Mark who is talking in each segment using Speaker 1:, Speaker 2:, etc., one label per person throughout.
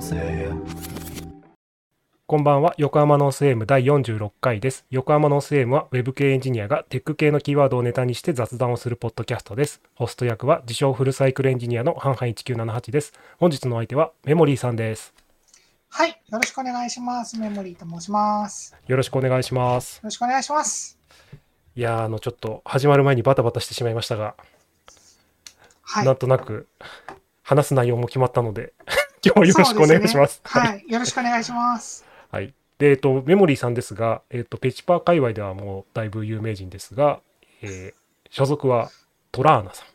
Speaker 1: せ。
Speaker 2: こんばんは。横浜ノース M 第46回です。横浜ノース M は Web 系エンジニアがテック系のキーワードをネタにして雑談をするポッドキャストです。ホスト役は自称フルサイクルエンジニアのハンハン1978です。本日のお相手はメモリーさんです。
Speaker 3: はい、よろしくお願いします。メモリーと申します。よ
Speaker 2: よろしくお願いします。
Speaker 3: ろしくお願いします。
Speaker 2: いやー、あの、ちょっと始まる前にバタバタしてしまいましたが、
Speaker 3: はい。
Speaker 2: なんとなく話す内容も決まったので、 今日はよろしくお願いします。
Speaker 3: そうでねはい、よろしくお願いします。
Speaker 2: はい。で、えっと、メモリーさんですが、えっと、ペチパー界隈ではもうだいぶ有名人ですが、えー所属はトラーナさん。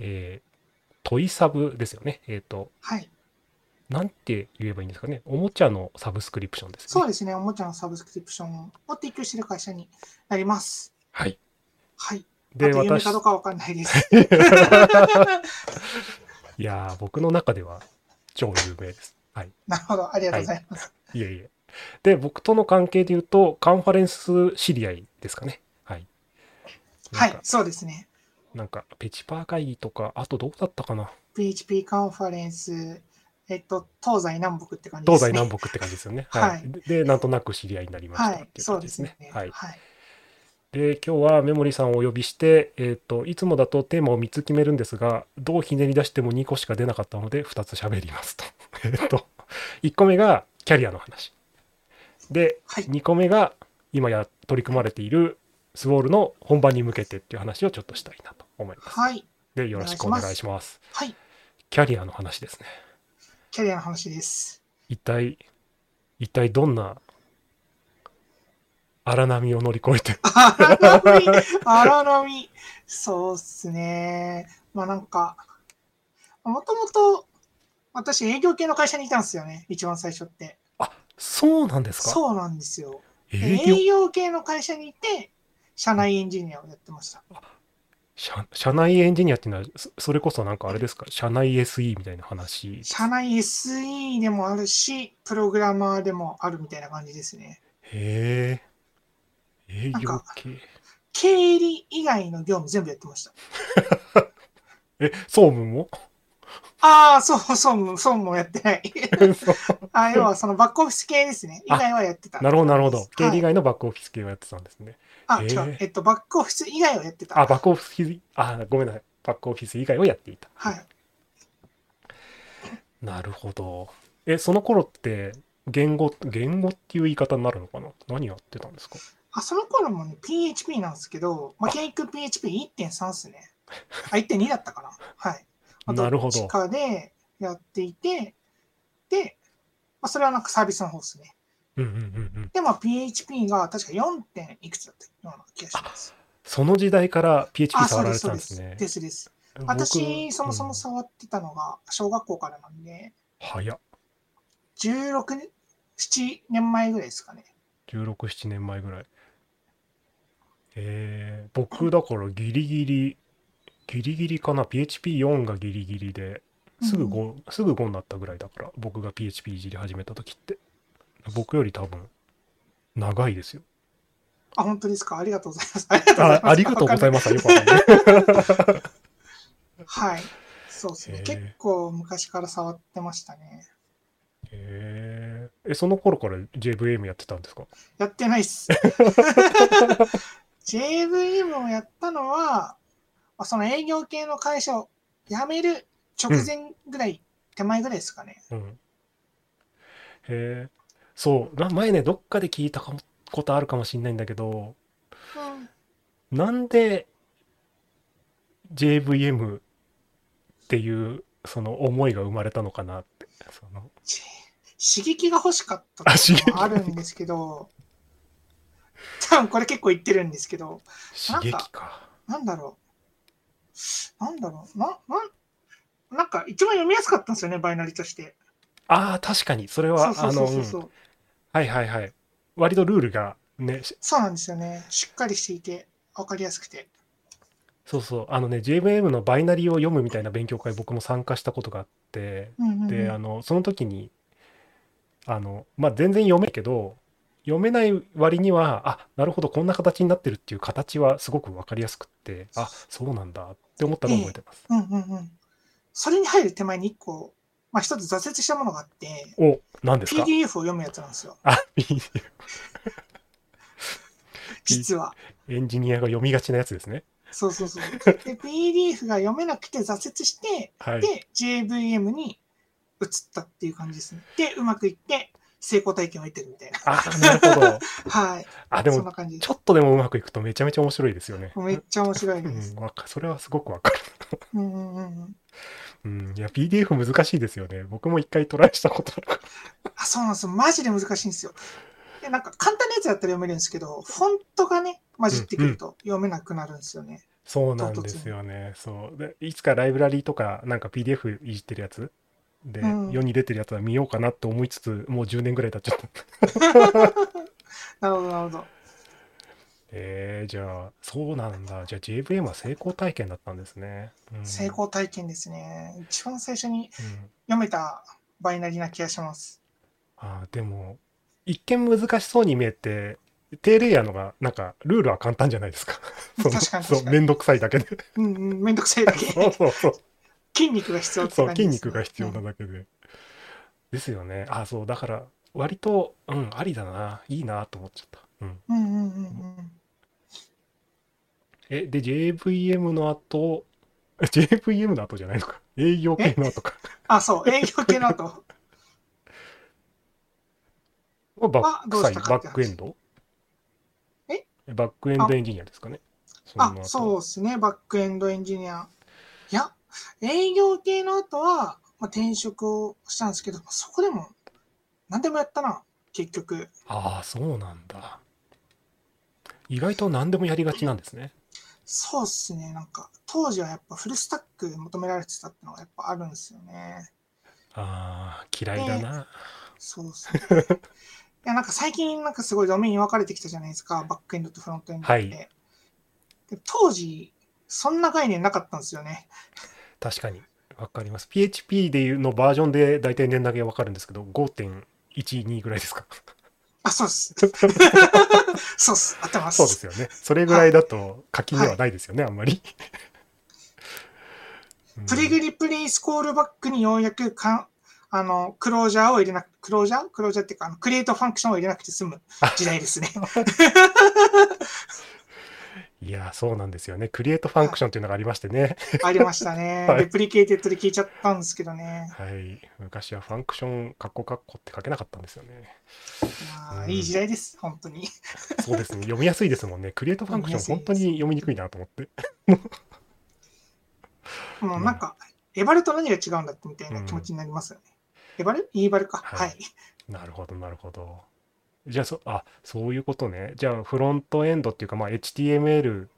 Speaker 2: えートイサブですよね。えっと、
Speaker 3: はい、
Speaker 2: なんて言えばいいんですかね。おもちゃのサブスクリプションです、ね。
Speaker 3: そうですね。おもちゃのサブスクリプションを提供している会社になります。
Speaker 2: はい。
Speaker 3: はい。
Speaker 2: で、
Speaker 3: あと有名
Speaker 2: 私
Speaker 3: か、どうかわかんない です。
Speaker 2: いやー、僕の中では超有名です。はい。
Speaker 3: なるほど、ありがとうございます。
Speaker 2: いえいえ。で、僕との関係で言うと、カンファレンス知り合いですかね。はい。
Speaker 3: は
Speaker 2: なん
Speaker 3: い
Speaker 2: か、
Speaker 3: そうですね。
Speaker 2: なんか、ペチパー会議とか、あとどうだったかな。
Speaker 3: PHP カンファレンス、えっと、東西南北って感じで
Speaker 2: 東
Speaker 3: すね。
Speaker 2: 西南北って感じですよね。
Speaker 3: はい
Speaker 2: はい。で、なんとなく知り合いになりました
Speaker 3: は
Speaker 2: っ
Speaker 3: い、
Speaker 2: ていう
Speaker 3: そ
Speaker 2: 感
Speaker 3: う
Speaker 2: じ
Speaker 3: で
Speaker 2: です
Speaker 3: す
Speaker 2: ね
Speaker 3: ね。。
Speaker 2: はい。
Speaker 3: はい。
Speaker 2: で、今日はメモリーさんをお呼びして、えっ、と、いつもだとテーマを3つ決めるんですが、どうひねり出しても2個しか出なかったので、2つ喋りますと。 えっと、1個目がキャリアの話。で、
Speaker 3: はい
Speaker 2: 2個目が今や取り組まれているスウォールの本番に向けてっていう話をちょっとしたいなと思います。
Speaker 3: はい。
Speaker 2: で、よろしくお願いします。
Speaker 3: はい。
Speaker 2: キャリアの話ですね。
Speaker 3: キャリアの話です。
Speaker 2: 一体一体どんな荒波を乗り越えて
Speaker 3: 荒波、荒波。そうっすね。まあなんか、もともと私営業系の会社にいたんですよね。一番最初って。
Speaker 2: あそうなんですか
Speaker 3: そうなんですよ。
Speaker 2: 営業
Speaker 3: 営業系の会社にいて、社内エンジニアをやってました。
Speaker 2: 社社内エンジニアっていうのはそそれこそなんかあれですか社内 SE みたいな話
Speaker 3: 社内 SE でもあるし、プログラマーでもあるみたいな感じですね。
Speaker 2: へえ営
Speaker 3: なん
Speaker 2: 業
Speaker 3: か
Speaker 2: 系
Speaker 3: 経理以外の業務全部やってました。
Speaker 2: え総務 も
Speaker 3: ああ、そうそう、そうもやって ない。
Speaker 2: そう
Speaker 3: あ要はそのバックオフィス系ですね。以外はやってた。
Speaker 2: なるほどなるほど経理以
Speaker 3: はい
Speaker 2: 外のバックオフィス系をやってたんですね、
Speaker 3: あ、
Speaker 2: え
Speaker 3: 違
Speaker 2: ー
Speaker 3: う。えっと、バックオフィス以外をやってた。
Speaker 2: あバックオフィスあごめんなさいバックオフィス以外をやっていた
Speaker 3: はい。
Speaker 2: なるほど。え、その頃って、言語、言語っていう言い方になるのかな何やってたんですか
Speaker 3: あ、その頃もね、PHP なんですけど、まあ、教育 PHP1.3 っすね。あ、1.2だったかな。はい。まあ
Speaker 2: なるほど
Speaker 3: っちかでやっていて、で、まあ、それはなんかサービスの方ですね。
Speaker 2: うんうんうんうん。
Speaker 3: で、まあ、PHP が確か 4. 点いくつだったような気がします。
Speaker 2: その時代から PHP
Speaker 3: あ、そ
Speaker 2: 触
Speaker 3: う
Speaker 2: られ
Speaker 3: です、
Speaker 2: てた
Speaker 3: そうんで
Speaker 2: ですね
Speaker 3: す。。です、です。
Speaker 2: 僕
Speaker 3: 私、そもそも
Speaker 2: うん
Speaker 3: 触ってたのが小学校からなんで、
Speaker 2: 早っ。
Speaker 3: 16年、7年前ぐらいですかね。
Speaker 2: 16、7年前ぐらい。えー、僕だからギリギリ、ギリギリかな。PHP4 がギリギリで、すぐ5、すぐ5になったぐらいだから、僕が PHP いじり始めた時って。僕より多分、長いですよ。
Speaker 3: あ、本当ですか。ありがとうございます。ありがとうござい
Speaker 2: あ
Speaker 3: ます。
Speaker 2: ありがとうござい
Speaker 3: ま
Speaker 2: ます。よくわかんない。
Speaker 3: す。はい。そうです
Speaker 2: へ
Speaker 3: ね
Speaker 2: え。
Speaker 3: 結構昔から触ってましたね。
Speaker 2: へええ、その頃から JVM やってたんですか
Speaker 3: やってない っす。JVM をやったのは、まあその営業系の会社を辞める直前ぐらい、手前ぐらいですかね。
Speaker 2: うん。へえ、そう、な前ね、どっかで聞いたかもことあるかもしれないんだけど、
Speaker 3: うん
Speaker 2: なんで JVM っていうその思いが生まれたのかなって、その、
Speaker 3: ち刺激が欲しかった
Speaker 2: あ、し
Speaker 3: のもあるんですけど、多分これ結構言ってるんですけど、
Speaker 2: 刺激か。
Speaker 3: なんだろう。なんだろう。な、なん、なんか一番読みやすかったんですよね、バイナリとして。
Speaker 2: ああ、確かに、それ
Speaker 3: そう
Speaker 2: は、
Speaker 3: そう
Speaker 2: あ
Speaker 3: そ
Speaker 2: の、
Speaker 3: うそううんそう。
Speaker 2: はいはいはい。割とルールがね、し
Speaker 3: そうなんですよね。しっかりしていて、わかりやすくて。
Speaker 2: そうそう、あのね、JVM のバイナリーを読むみたいな勉強会僕も参加したことがあって、
Speaker 3: うんうんうん
Speaker 2: で、あの、その時に、あの、まあ、全然読めるけど、読めない割には、あ、なるほど、こんな形になってるっていう形はすごく分かりやすくって、あ、そうなんだって思ったのを覚えてます。
Speaker 3: うんうんうん。それに入る手前に一個、ままあ、一つ挫折したものがあって、
Speaker 2: お、何ですか
Speaker 3: PDF を読むやつなんですよ、
Speaker 2: あ、PDF
Speaker 3: 実は。
Speaker 2: エンジニアが読みがちなやつですね。
Speaker 3: そうそうそ う。で、PDF が読めなくて挫折して、
Speaker 2: はい。
Speaker 3: で、JVM に移ったっていう感じですね。で、うまくいって、成功体験を得てるみたいな。
Speaker 2: あ、なるほど。
Speaker 3: はい。
Speaker 2: あ、で
Speaker 3: そん
Speaker 2: も、
Speaker 3: な感じで
Speaker 2: ちょっとでもうまくいくとめちゃめちゃ面白いですよね。
Speaker 3: す。めっちゃ面白いうです
Speaker 2: ん、。わかそれはすごくわかる。
Speaker 3: うんうんうんうん。
Speaker 2: うん、いや、PDF 難しいですよね。僕も一回トライしたことあるから。
Speaker 3: あ、そうなんですよ。マジで難しいんですよ。で、なんか簡単なやつだったら読めるんですけど、フォントがね、混じってくると読めなくなるんですよね。
Speaker 2: そうなんですよね。そうで。いつかライブラリーとか、なんか PDF いじってるやつで、
Speaker 3: うん
Speaker 2: 世に出てるやつは見ようかなって思いつつ、もう10年ぐらい経っちゃった。
Speaker 3: なるほど、なるほど。
Speaker 2: えー、じゃあ、そうなんだ。じゃあ JVM は成功体験だったんですね。うん
Speaker 3: 成、功体験ですね。一番最初に
Speaker 2: うん
Speaker 3: 読めたバイナリーな気がします。
Speaker 2: あーでも、一見難しそうに見えて、低レイヤーのが、なんか、ルールは簡単じゃないですか。その
Speaker 3: 確か に
Speaker 2: そう、
Speaker 3: 確かに
Speaker 2: めんどくさいだけで。
Speaker 3: うんうん、めんどくさいだけ。
Speaker 2: そうそうそう。
Speaker 3: 筋肉が必要って
Speaker 2: そう
Speaker 3: 感じ
Speaker 2: 筋
Speaker 3: ですね
Speaker 2: 肉が必要なだけで。ですよね。あそうだから割とうんありだないいなと思っちゃった。うん、
Speaker 3: うんうんうんうん。
Speaker 2: えで JVM の後 JVM の後じゃないのか営業系の後か。
Speaker 3: あ、そう、営業系の後。
Speaker 2: バ
Speaker 3: は
Speaker 2: ッ
Speaker 3: ど
Speaker 2: ク
Speaker 3: う
Speaker 2: サイ
Speaker 3: し
Speaker 2: ド
Speaker 3: たか
Speaker 2: バ
Speaker 3: って話
Speaker 2: ックエンド
Speaker 3: え
Speaker 2: バックエンドエンジニアですかね。
Speaker 3: あ、
Speaker 2: の後
Speaker 3: そうですね、バックエンドエンジニア。いや、営業系の後は、まあ、転職をしたんですけど、そこでも、何でもやったな、結局。
Speaker 2: ああそうなんだ。意外と何でもやりがちなんですね。
Speaker 3: そうっすね、なんか、当時はやっぱフルスタック求められてたってのがやっぱあるんですよね。
Speaker 2: ああ嫌いだな。
Speaker 3: そうっす ね。いや、なんか最近なんかすごいドメイン分かれてきたじゃないですか、バックエンドとフロントエンドって。
Speaker 2: はい
Speaker 3: で当時、そんな概念なかったんですよね。
Speaker 2: 確かにわかります PHP でいうのバージョンで大体年だけわかるんですけど5.12ぐらい ですか
Speaker 3: あ、そうっす。そうっす。合ってます。
Speaker 2: そうですよねそれぐらいだと課金ではないですよね、あんまりうん
Speaker 3: プリグリプレイスコールバックにようやくかあのクロージャーを入れなく、クロージャークロージャーっていうかあの、クリエイトファンクションを入れなくて済む時代 ですね。
Speaker 2: いやそうなんですよねクリエイトファンクションっていうのがありましてね
Speaker 3: ありましたね。
Speaker 2: はい
Speaker 3: レプリケイテッドで聞いちゃったんですけどね。
Speaker 2: はい昔はファンクションカッコカッコって書けなかったんですよね
Speaker 3: まあ
Speaker 2: うん
Speaker 3: いい時代です、本当に。
Speaker 2: そうですね読みやすいですもんねクリエイトファンクション
Speaker 3: 読
Speaker 2: 本当
Speaker 3: みやすいです
Speaker 2: に読みにくいなと思って
Speaker 3: もうなんか、エバルと何が違うんだってみたいな気持ちになりますよね。エバルイーバルか。
Speaker 2: は
Speaker 3: はいい。
Speaker 2: なるほどなるほど。じゃあそあそういうことね。じゃあフロントエンドっていうかまあ HTML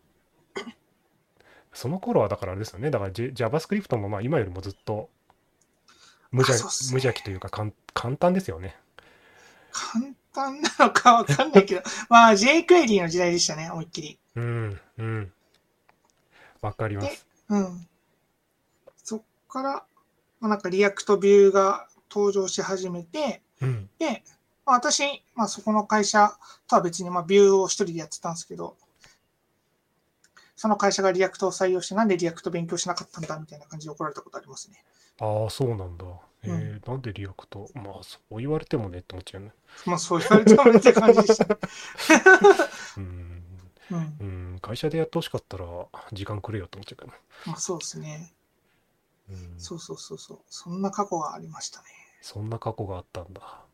Speaker 2: その頃はだからあれですよね。だから、J、JavaScript もまあ今よりもずっと無邪,、
Speaker 3: あそうっすね
Speaker 2: 無邪気というかかん簡単ですよね。
Speaker 3: 簡単なのかわかんないけど、 まあ JQuery の時代でしたね、思いっきり。
Speaker 2: うんうん。わかります。
Speaker 3: うん。そっから、まあ、なんかリアクトビューが登場し始めて、
Speaker 2: うん
Speaker 3: で、まあ、私、まあ、そこの会社とは別に、まあ、ビューを一人でやってたんですけど、その会社がリアクトを採用して、なんでリアクト勉強しなかったんだみたいな感じで怒られたことありますね。
Speaker 2: ああそうなんだ。え
Speaker 3: う
Speaker 2: ーなんでリアクトまあそう言われてもねって思っちゃうね。
Speaker 3: まあ、そう言われてもって感じでした、ね。
Speaker 2: うん
Speaker 3: う
Speaker 2: う
Speaker 3: ん。
Speaker 2: ん会社でやってほしかったら時間くれよって思っちゃうけど。
Speaker 3: まあ、そうですね。
Speaker 2: うん、
Speaker 3: そうそうそうそう。そんな過去がありましたね。
Speaker 2: そんな過去があったんだ。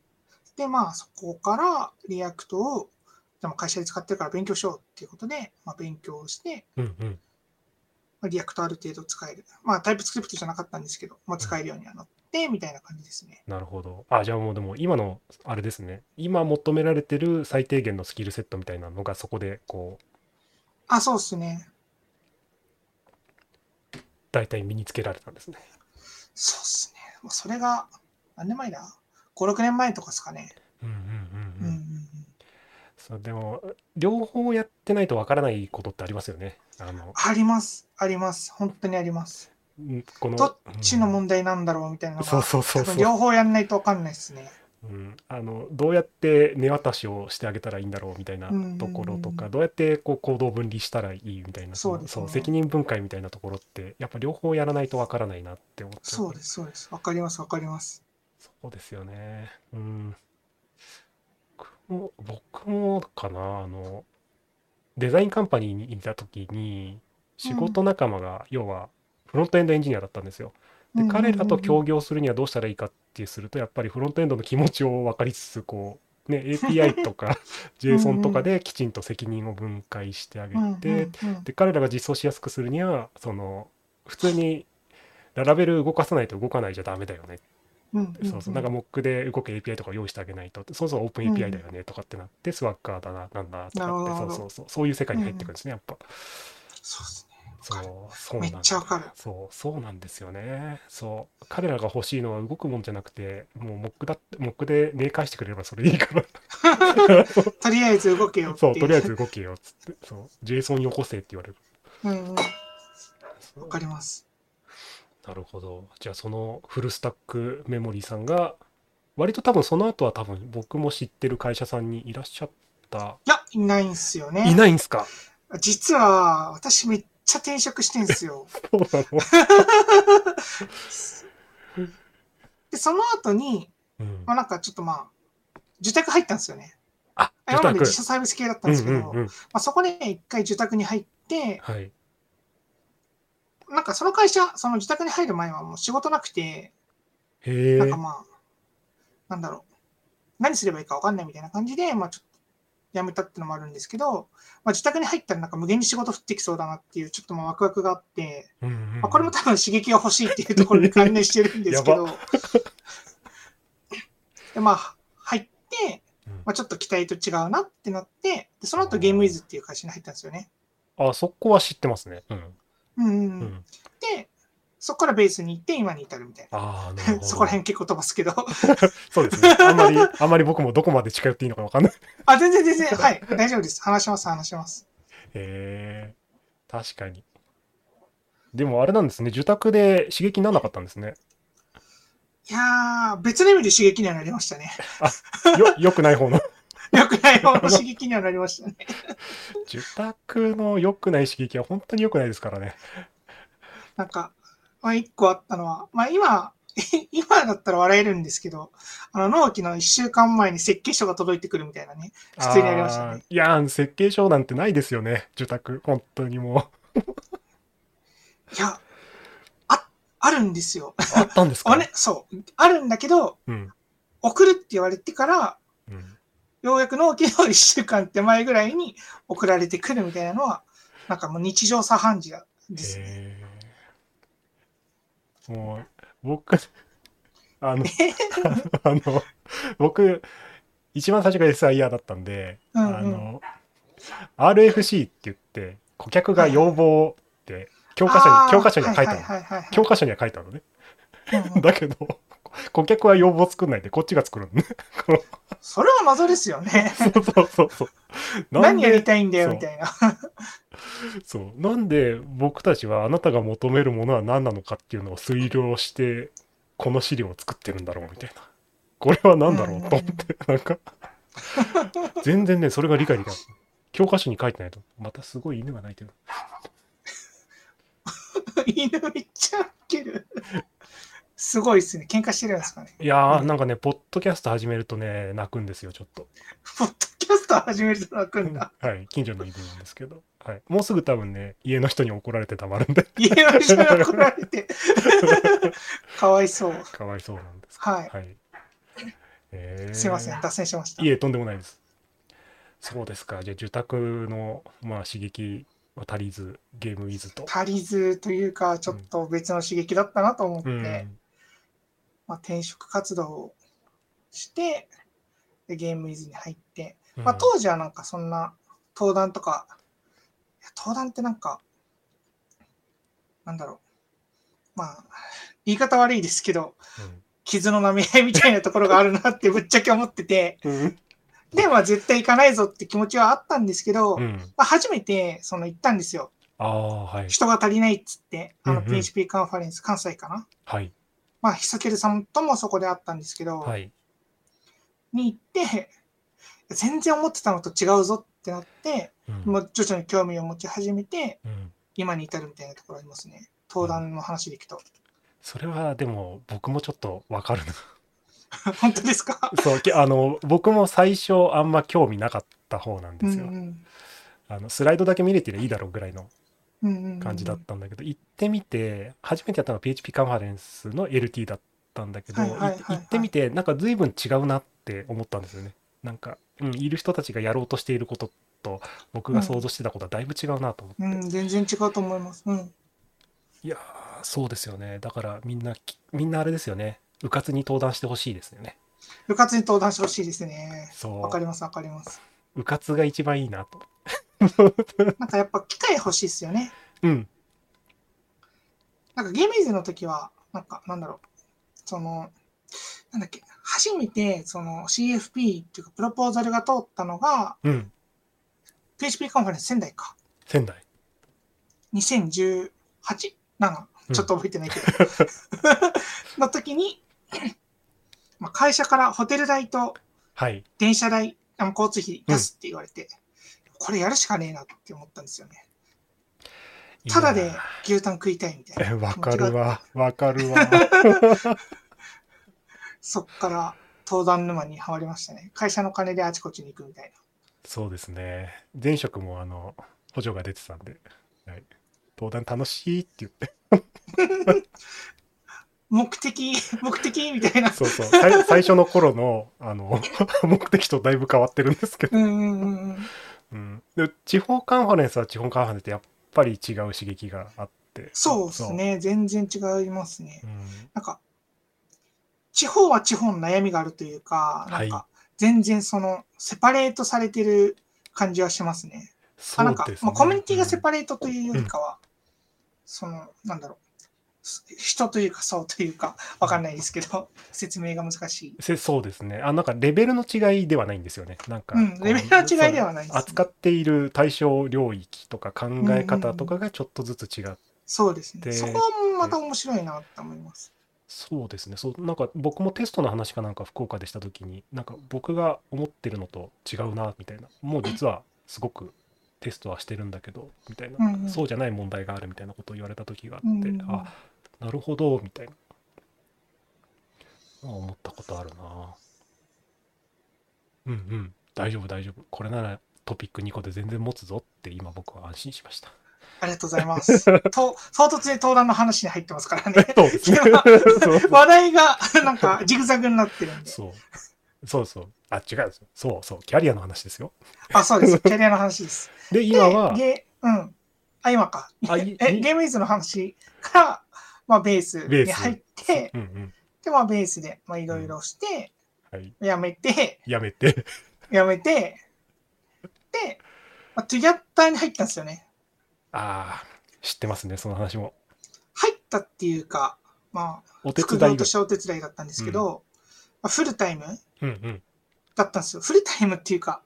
Speaker 3: で、まあ、そこからリアクトを、でも会社で使ってるから勉強しようっていうことで、まあ、勉強をして、
Speaker 2: うんうん。
Speaker 3: まあリアクトある程度使える。まあ、タイプスクリプトじゃなかったんですけど、まあ、使えるようにはなって、みたいな感じですね。
Speaker 2: なるほど。あ、じゃあもうでも今のあれですね。今求められてる最低限のスキルセットみたいなのがそこでこう
Speaker 3: あ、そうですね。
Speaker 2: 大体身につけられたんですね。
Speaker 3: そうですね。まあ、それが、何年前だ ?5、6年前とかですかね。
Speaker 2: うんうん
Speaker 3: うん
Speaker 2: う
Speaker 3: うんん
Speaker 2: う。
Speaker 3: うんん。
Speaker 2: そうでも両方やってないとわからないことってありますよね。あの
Speaker 3: あります。あります。本当にあります。
Speaker 2: うんこの
Speaker 3: どっちの
Speaker 2: うん
Speaker 3: 問題なんだろうみたいなのが、
Speaker 2: そうそうそう
Speaker 3: 多分
Speaker 2: そう。
Speaker 3: 両方やんないと分かんないですね。
Speaker 2: うん、あのどうやって目渡しをしてあげたらいいんだろうみたいなところと
Speaker 3: うんうんう
Speaker 2: か
Speaker 3: ん
Speaker 2: どうやってこう行動分離したらいいみたいな
Speaker 3: そうですね
Speaker 2: そう責任分解みたいなところってやっぱ両方やらないとわからないなって思って
Speaker 3: そうです、そうです。わかります、わかります。
Speaker 2: そうですよね。うん。僕も、僕もかな、あの、デザインカンパニーにいた時に、仕事仲間が、要は、フロントエンドエンジニアだったんですよ。で、彼らと協
Speaker 3: 業
Speaker 2: 業するにはどうしたらいいかってすると、やっぱりフロントエンドの気持ちを分かりつつ、こ う、ね、API とか JSON とかできちんと責任を分解してあげて、で彼らが実装しやすくするにはその普通にララベル動かさないと動かないじゃダメだよねそうそう、なんか Mock で動く API とか用意してあげないと、そうそう OpenAPI だよねとかってなって、スワッガーだな、なんだと
Speaker 3: なる
Speaker 2: か
Speaker 3: ほ
Speaker 2: って、そう
Speaker 3: どなるほど
Speaker 2: そうそう、そういう世界に入ってくるんですね、やっぱ。
Speaker 3: そうですね。
Speaker 2: そ
Speaker 3: わかる
Speaker 2: う、そう
Speaker 3: め
Speaker 2: なんだ
Speaker 3: っちゃわかる。
Speaker 2: そう、そうなんですよね。そう、彼らが欲しいのは動くもんじゃなくて、もう Mock だって、Mock で明解してくれればそれでいいから。
Speaker 3: とりあえず動けよってい
Speaker 2: そう、とりあえず動けよっつって、そう、JSON よこせって言われる。
Speaker 3: うんうんわ
Speaker 2: そう
Speaker 3: かります。
Speaker 2: なるほど。じゃあそのフルスタックメモリーさんが、割と多分その後は多分僕も知ってる会社さんにいらっしゃった。
Speaker 3: いや、いないんすよね。
Speaker 2: いないんすか
Speaker 3: 実は、私めっちゃ転職してんすよ。
Speaker 2: そうなの
Speaker 3: で、その後に、
Speaker 2: うん
Speaker 3: まあ、なんかちょっとまあ、受託入ったんですよね。
Speaker 2: あ、
Speaker 3: 今まで自
Speaker 2: 受
Speaker 3: 社サービス系だったん
Speaker 2: 託。
Speaker 3: ですけど、
Speaker 2: うんうんうん。
Speaker 3: まあ、そこで一回受託に入って、
Speaker 2: はい。
Speaker 3: なんかその会社、その受託に入る前はもう仕事なくて、
Speaker 2: へえ
Speaker 3: なん。かまあ、なんだろう、何すればいいか分かんないみたいな感じで、まあ、ちょっと辞めたってのもあるんですけど、まあ、自宅に入ったらなんか無限に仕事降ってきそうだなっていう、ちょっとまあワクワクがあって、
Speaker 2: うんうんうん
Speaker 3: まあ、これも多分刺激が欲しいっていうところに関連してるんですけど、 でまあ、入って
Speaker 2: うん、
Speaker 3: まあ、ちょっと期待と違うなってなって、でその後ゲームイズっていう会社に入ったんですよね。
Speaker 2: あ、そこは知ってますね。うん。
Speaker 3: うんう
Speaker 2: う
Speaker 3: んうん、
Speaker 2: ん。
Speaker 3: で、そこからベースに行って、今に至るみたいな。
Speaker 2: ああ、なるほど。
Speaker 3: そこら辺結構飛ばすけど。
Speaker 2: そうですね。あんまり、あんまり僕もどこまで近寄っていいのかわかんない。
Speaker 3: あ、全然全 然、はい、大丈夫です。話します、話します。
Speaker 2: へえ。確かに。でもあれなんですね。受託で刺激にならなかったんですね。
Speaker 3: いやー、別の意味で刺激にはなりましたね。
Speaker 2: よ、良くない方の。
Speaker 3: 良くない方の刺激にはなりましたね。
Speaker 2: 受託の良くない刺激は本当に良くないですからね。
Speaker 3: なんか、まあ、一個あったのは、まあ今、 今だったら笑えるんですけど、あの、納期の一週間前に設計書が届いてくるみたいなね。普通にありましたね
Speaker 2: ーいやー、設計書なんてないですよね。受託。本当にも
Speaker 3: いや、あ、あるんですよ。
Speaker 2: う。あったんですか
Speaker 3: あれそう。あるんだけど、
Speaker 2: うん。
Speaker 3: 送るって言われてから、
Speaker 2: うん。
Speaker 3: ようやく納期の一週間手前ぐらいに送られてくるみたいなのは、なんかもう日常茶飯事ですね。
Speaker 2: へえもう僕あのあの僕一番最初が SIR だったんで、
Speaker 3: うんうん
Speaker 2: あの RFC って言って顧客が要望って教科書
Speaker 3: あ
Speaker 2: に
Speaker 3: ー
Speaker 2: 教科書には書いたの、
Speaker 3: はいはいはいはいはい
Speaker 2: 教科書には書いたのね
Speaker 3: うんうん
Speaker 2: だけど顧客は要望作んないでこっちが作るのね
Speaker 3: それは謎ですよね。
Speaker 2: そうそうそうそうなん
Speaker 3: 何やり
Speaker 2: で
Speaker 3: たいんだよ
Speaker 2: そう
Speaker 3: みたいな。
Speaker 2: そうなんで僕たちはあなたが求めるものは何なのかっていうのを推量してこの資料を作ってるんだろうみたいなこれは何だろうと思ってなんか全然ねそれが理解できない教科書に書いてないとまたすごい犬が鳴いてる
Speaker 3: 犬めっちゃウケる。すごいですね。喧嘩してるんですかね。
Speaker 2: いやーなんかねポッドキャスト始めるとね泣くんですよちょっと
Speaker 3: ポッドキャスト始めると泣くんだ。
Speaker 2: はい近所の犬なんですけど、はい、もうすぐ多分ね家の人に怒られてたまるんで
Speaker 3: 家の人が来ら れて。かわいそう。
Speaker 2: かわいそうなんです
Speaker 3: はい。
Speaker 2: はい、えー
Speaker 3: すいません。脱線しました。
Speaker 2: いえ、とんでもないです。そうですか。じゃあ、受託の、まあ、刺激は足りず、ゲームウィズと。
Speaker 3: 足りずというか、ちょっと別の刺激だったなと思って、
Speaker 2: うん。
Speaker 3: まあ、転職活動をして、でゲームイズに入って、
Speaker 2: うん
Speaker 3: まあ、当時はなんかそんな登壇とか、いや登壇ってなんか、なんだろう。まあ、言い方悪いですけど、傷の舐め合いみたいなところがある なってぶっちゃけ思ってて、
Speaker 2: うん。
Speaker 3: で、まあ絶対行かないぞって気持ちはあったんですけど、
Speaker 2: う
Speaker 3: ま
Speaker 2: ん。
Speaker 3: あ、初めてその行ったんですよ。
Speaker 2: ああ、はい。
Speaker 3: 人が足りないっつって、あの
Speaker 2: うんうん
Speaker 3: PHP カンファレンス関西かな。
Speaker 2: はい。
Speaker 3: まあ、ひさけるさんともそこであったんですけど、
Speaker 2: はい。
Speaker 3: に行って、全然思ってたのと違うぞってなって、
Speaker 2: うん
Speaker 3: もう徐々に興味を持ち始めて、
Speaker 2: うん
Speaker 3: 今に至るみたいなところありますね。登壇の話でいくと。
Speaker 2: それはでも僕もちょっとわかるな
Speaker 3: 本当ですか
Speaker 2: そうけあの僕も最初あんま興味なかった方なん
Speaker 3: う
Speaker 2: ですよ、
Speaker 3: ん
Speaker 2: あのスライドだけ見れてりゃいいだろうぐらいの
Speaker 3: うんうんうん
Speaker 2: 感じだったんだけど、行ってみて初めてやったのは PHP カンファレンスの LT だったんだけど、
Speaker 3: はいはいはいは
Speaker 2: 行
Speaker 3: い
Speaker 2: ってみてなんか随分違うなって思ったんですよねなんか、うん、いる人たちがやろうとしていることと僕が想像してたことはだいぶ違うなと思って、
Speaker 3: うん、全然違うと思います。うん。
Speaker 2: いやーそうですよねだからみんなきみんなあれですよねうかつに登壇してほしいですよね
Speaker 3: 部活に登壇してほしいですね。
Speaker 2: そ
Speaker 3: わかります、わかります。
Speaker 2: ううかつが一番いいなと
Speaker 3: なんかやっぱ機会欲しいですよね。
Speaker 2: うん
Speaker 3: なんかゲームイズの時は、なんかなんだろう。その、なんだっけ、初めてその CFP っていうかプロポーザルが通ったのが
Speaker 2: うん
Speaker 3: PHP カンファレンス仙台か。
Speaker 2: 仙台
Speaker 3: 2018?7? ちょっと覚えてないけど。 の時に、まあ会社からホテル代と
Speaker 2: はい
Speaker 3: 電車代、あの交通費出すって言われて、これやるしかねえなって思ったんですよね。ただ
Speaker 2: い
Speaker 3: で
Speaker 2: や
Speaker 3: 牛タン食いたいみたい
Speaker 2: ー
Speaker 3: な。
Speaker 2: えわかるわわかるわ
Speaker 3: そっから登壇沼にハマりましたね。会社の金であちこちに行くみたいな。
Speaker 2: そうですね前職もあの補助が出てたんで、はい、登壇楽しいって言って
Speaker 3: 目的、 目的みたいな。
Speaker 2: そうそう最 最初の頃のあの 目的とだいぶ変わってるんですけど、
Speaker 3: うんうんうんうん。
Speaker 2: うん、で地方カンファレンスは地方カンファレンスってやっぱり違う刺激があって
Speaker 3: そうですね。全然違いますね
Speaker 2: そう。うん
Speaker 3: なんか、地方は地方の悩みがあるというか、なん
Speaker 2: は
Speaker 3: か、全然その、セパレートされてる感じはしますね。
Speaker 2: そ
Speaker 3: あ
Speaker 2: う
Speaker 3: な
Speaker 2: で
Speaker 3: んか、
Speaker 2: すね
Speaker 3: まあ、コミュニティがセパレートというよりかは、その、なんだろう、す人というか、そうというか、わかんないですけど、説明が難しい。
Speaker 2: せそうですねあなんかレベルの違いではないんですよねなんか、
Speaker 3: うん、レベルの違いではないです、
Speaker 2: 扱っている対象領域とか考え方とかがちょっとずつ違う
Speaker 3: そうですね。
Speaker 2: で
Speaker 3: そこもまた面白いなって思います。
Speaker 2: そうですねそうなんか僕もテストの話かなんか福岡でした時になんか僕が思ってるのと違うなみたいなもう実はすごくテストはしてるんだけどみたいな、
Speaker 3: うんうん
Speaker 2: そうじゃない問題があるみたいなことを言われた時があ
Speaker 3: う
Speaker 2: っ
Speaker 3: ん
Speaker 2: て、
Speaker 3: うんうん
Speaker 2: あなるほどみたいなまあ思ったことあるなうんうん大丈夫大丈夫これならトピック2個で全然持つぞって今僕は安心しました
Speaker 3: ありがとうござ います。と唐突に登壇の話に入ってますからね。
Speaker 2: そう ですねそう
Speaker 3: 話題がな んかジグザグになってるんで。
Speaker 2: そうそうそうあ違うんですよそうそうキャリアの話ですよ
Speaker 3: あ、そ うです。キャリアの話です。
Speaker 2: で
Speaker 3: で
Speaker 2: 今は
Speaker 3: ゲうん。あ、今か。
Speaker 2: あい
Speaker 3: え、
Speaker 2: い
Speaker 3: ゲームイズの話から、まあ、ベース
Speaker 2: ベー
Speaker 3: に
Speaker 2: ス
Speaker 3: 入って、
Speaker 2: うんうん
Speaker 3: で、まあ、ベースで、まあ、いろいろして、
Speaker 2: はい、
Speaker 3: やめて、
Speaker 2: やめて
Speaker 3: やめて、で、まあ、トゥギャッターに入ったんですよね。
Speaker 2: ああ知ってますねその話も
Speaker 3: 入ったっていうか、まあ、
Speaker 2: お手
Speaker 3: 副
Speaker 2: 伝
Speaker 3: 業
Speaker 2: い
Speaker 3: と
Speaker 2: が
Speaker 3: してお手伝いだったんですけど、まあ、フルタイム
Speaker 2: うんうん
Speaker 3: だったんですよ。フルタイムっていうか、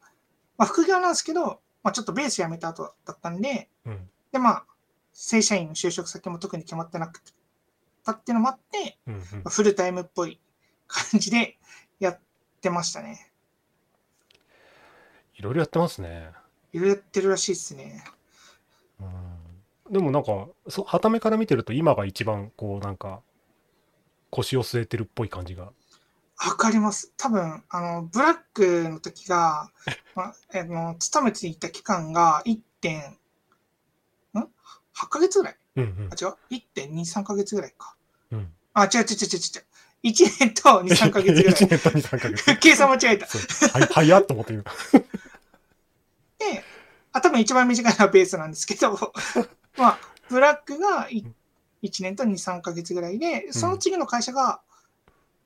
Speaker 3: まあ、副業なんですけど、まあ、ちょっとベースやめた後だったんで、
Speaker 2: うん
Speaker 3: で、まあ、正社員の就職先も特に決まってなくたっていうのもあって、
Speaker 2: うんうん
Speaker 3: まあフルタイムっぽい感じでやってましたね。
Speaker 2: いろいろやってますね
Speaker 3: いろいろやってるらしいですね。
Speaker 2: うんでもなんかそ傍目から見てると今が一番こうなんか腰を据えてるっぽい感じが
Speaker 3: わかります。多分、あの、ブラックの時が、まあ、あの、勤めていた期間が1点、ん ?8 ヶ月ぐらい
Speaker 2: うん
Speaker 3: あ、違う ?1.2、3ヶ月ぐらいか。
Speaker 2: うんうん
Speaker 3: あ、違う違う違う違う違う。1年と2、3ヶ月ぐら
Speaker 2: 1 年
Speaker 3: い。
Speaker 2: と23ヶ月
Speaker 3: 計算間違えた。
Speaker 2: そうはい早っと思ってる
Speaker 3: で、あ、多分一番短いのはベースなんですけど、 まあ、ブラックがい
Speaker 2: うん
Speaker 3: 1年と2、3ヶ月ぐらいで、その次の会社が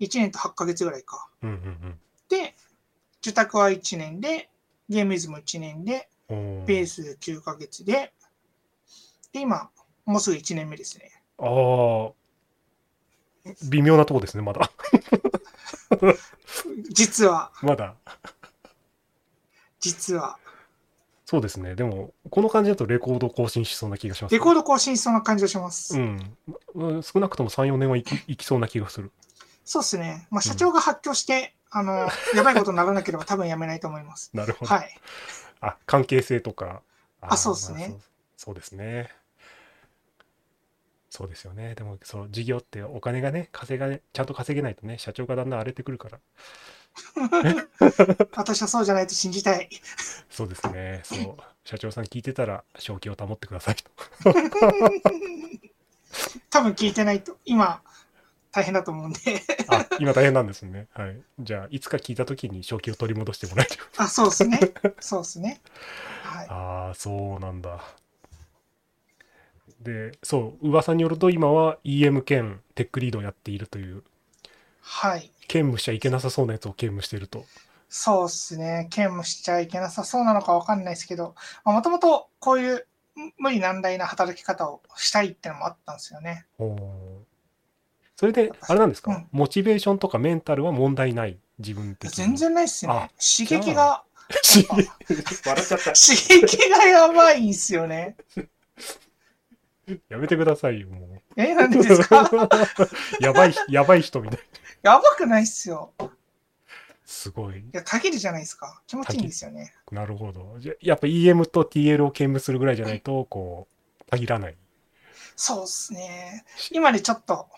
Speaker 3: 1年と8ヶ月ぐらいか。
Speaker 2: うんうん
Speaker 3: で、受託は1年で、ゲームイズム1年で、
Speaker 2: うんおー
Speaker 3: ベース9ヶ月で、で、今、もうすぐ1年目ですね。
Speaker 2: ああ微妙なとこですねまだ
Speaker 3: 実は、
Speaker 2: まだ
Speaker 3: 実は。
Speaker 2: そうですねでもこの感じだとレコード更新しそうな気がします
Speaker 3: レコード更新しそうな感じがします。
Speaker 2: うん、うん少なくとも34年はいきいきそうな気がする
Speaker 3: そうですね。まあ、社長が発狂して、あの、やばいことにならなければ多分やめないと思います。
Speaker 2: なるほど。
Speaker 3: はい。
Speaker 2: あ、関係性とか。
Speaker 3: あそうっすね
Speaker 2: まあそう。そうですね。そうですよね。でも、その事業ってお金がね、稼がね、ちゃんと稼げないとね、社長がだんだん荒れてくるから。
Speaker 3: 私はそうじゃないと信じたい。
Speaker 2: そうですね。 そう。社長さん聞いてたら、正気を保ってくださいと。
Speaker 3: 多分聞いてないと、今、大変だと 思うんで。
Speaker 2: あ、今大変なんですね。はい。じゃあ、いつか聞いたときに正気を取り戻してもらえるように
Speaker 3: あ、そうですね。そうですね。はい。
Speaker 2: ああ、そうなんだ。で、そう、噂によると今は EM 兼テックリードをやっているという、
Speaker 3: はい。
Speaker 2: 兼務しちゃいけなさそうなやつを兼務していると。
Speaker 3: そうですね。兼務しちゃいけなさそうなのかわかんないですけど、もともとこういうん無理難題な働き方をしたいってのもあったんですよね。
Speaker 2: おーそれで、あれなんですか、
Speaker 3: うん
Speaker 2: モチベーションとかメンタルは問題ない、自分的に。
Speaker 3: 全。然ないっすよね。刺
Speaker 2: じゃあ
Speaker 3: 激が、
Speaker 1: 笑っちゃった。
Speaker 3: 刺激がやばいんすよね。
Speaker 2: やめてくださいよ、もう。
Speaker 3: え、なんでで すか
Speaker 2: やばい、やばい人みたい。
Speaker 3: やばくないっすよ。
Speaker 2: すごい。
Speaker 3: いや、たぎるじゃないですか。気持ちいいんですよね。
Speaker 2: なるほど。じゃやっぱ EM と TL を兼務するぐらいじゃないと、こう、限らない。
Speaker 3: そうですね。今でちょっと、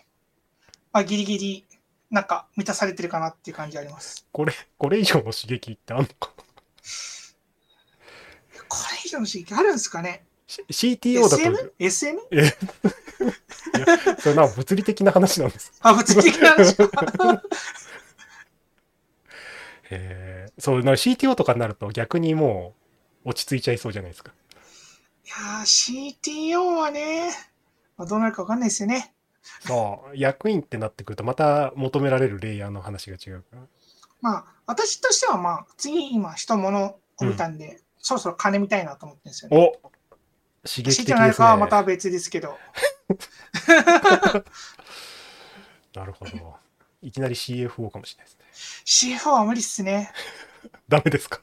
Speaker 3: まあ、ギリギリ、なんか満たされてるかなっていう感じあります。
Speaker 2: これ、これ以上の刺激ってあんのか
Speaker 3: これ以上の刺激あるんですかね
Speaker 2: し ?CTO だと、
Speaker 3: ?SM?SM?
Speaker 2: それなんか物理的な話なんです。
Speaker 3: あ、物理的な話か。
Speaker 2: へーそう、なんか CTO とかになると逆にもう落ち着いちゃいそうじゃないですか。
Speaker 3: いやー CTO はね、まあ、どうなるかわかんないですよね。
Speaker 2: そう、役員ってなってくるとまた求められるレイヤーの話が違うから。
Speaker 3: まあ、私としては、まあ、次今、人物を見たんで、そろそろ金見たいなと思ってるんですよね。
Speaker 2: お刺激的です
Speaker 3: CTO にな
Speaker 2: ね
Speaker 3: る。かはまた別ですけど、
Speaker 2: なるほど。いきなり CFO かもしれないですね。
Speaker 3: CFO は無理っすね。
Speaker 2: ダメですか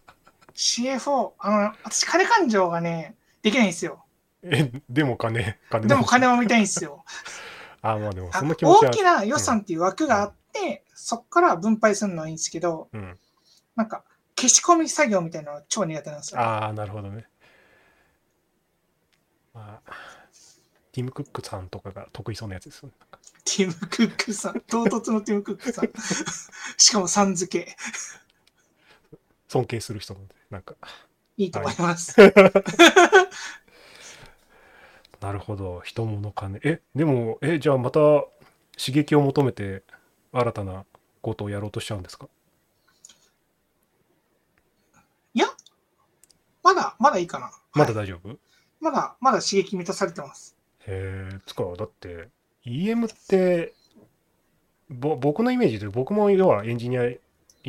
Speaker 3: CFO、あの、私、金勘定がね、できないんですよ。
Speaker 2: え、でも金、金
Speaker 3: でも金
Speaker 2: は。
Speaker 3: を見たいんですよ。
Speaker 2: あ、まあでも
Speaker 3: あ
Speaker 2: そんな気持ち
Speaker 3: 大
Speaker 2: は
Speaker 3: き。な予算っていう枠があって、そこから分配するのはいいんですけど、
Speaker 2: うん。
Speaker 3: なんか、消し込み作業みたいなのは超苦手なんですよ。
Speaker 2: ああ、なるほどね。まあ、ティム・クックさんとかが得意そうなやつですよね。
Speaker 3: ティム・クックさ ん、唐突のティム・クックさん。しかも、さん付け。
Speaker 2: 尊敬する人なんで、なんか。
Speaker 3: いいと思います。
Speaker 2: なるほど、人物金。え、でも、え、じゃあまた刺激を求めて新たなことをやろうとしちゃうんですか
Speaker 3: まだ、まだいいかな。
Speaker 2: まだ大丈夫、
Speaker 3: まだ、まだ刺激満たされてます。
Speaker 2: へえ、つか、だって、EM って、ぼ僕のイメージで、僕も要はエンジニアリ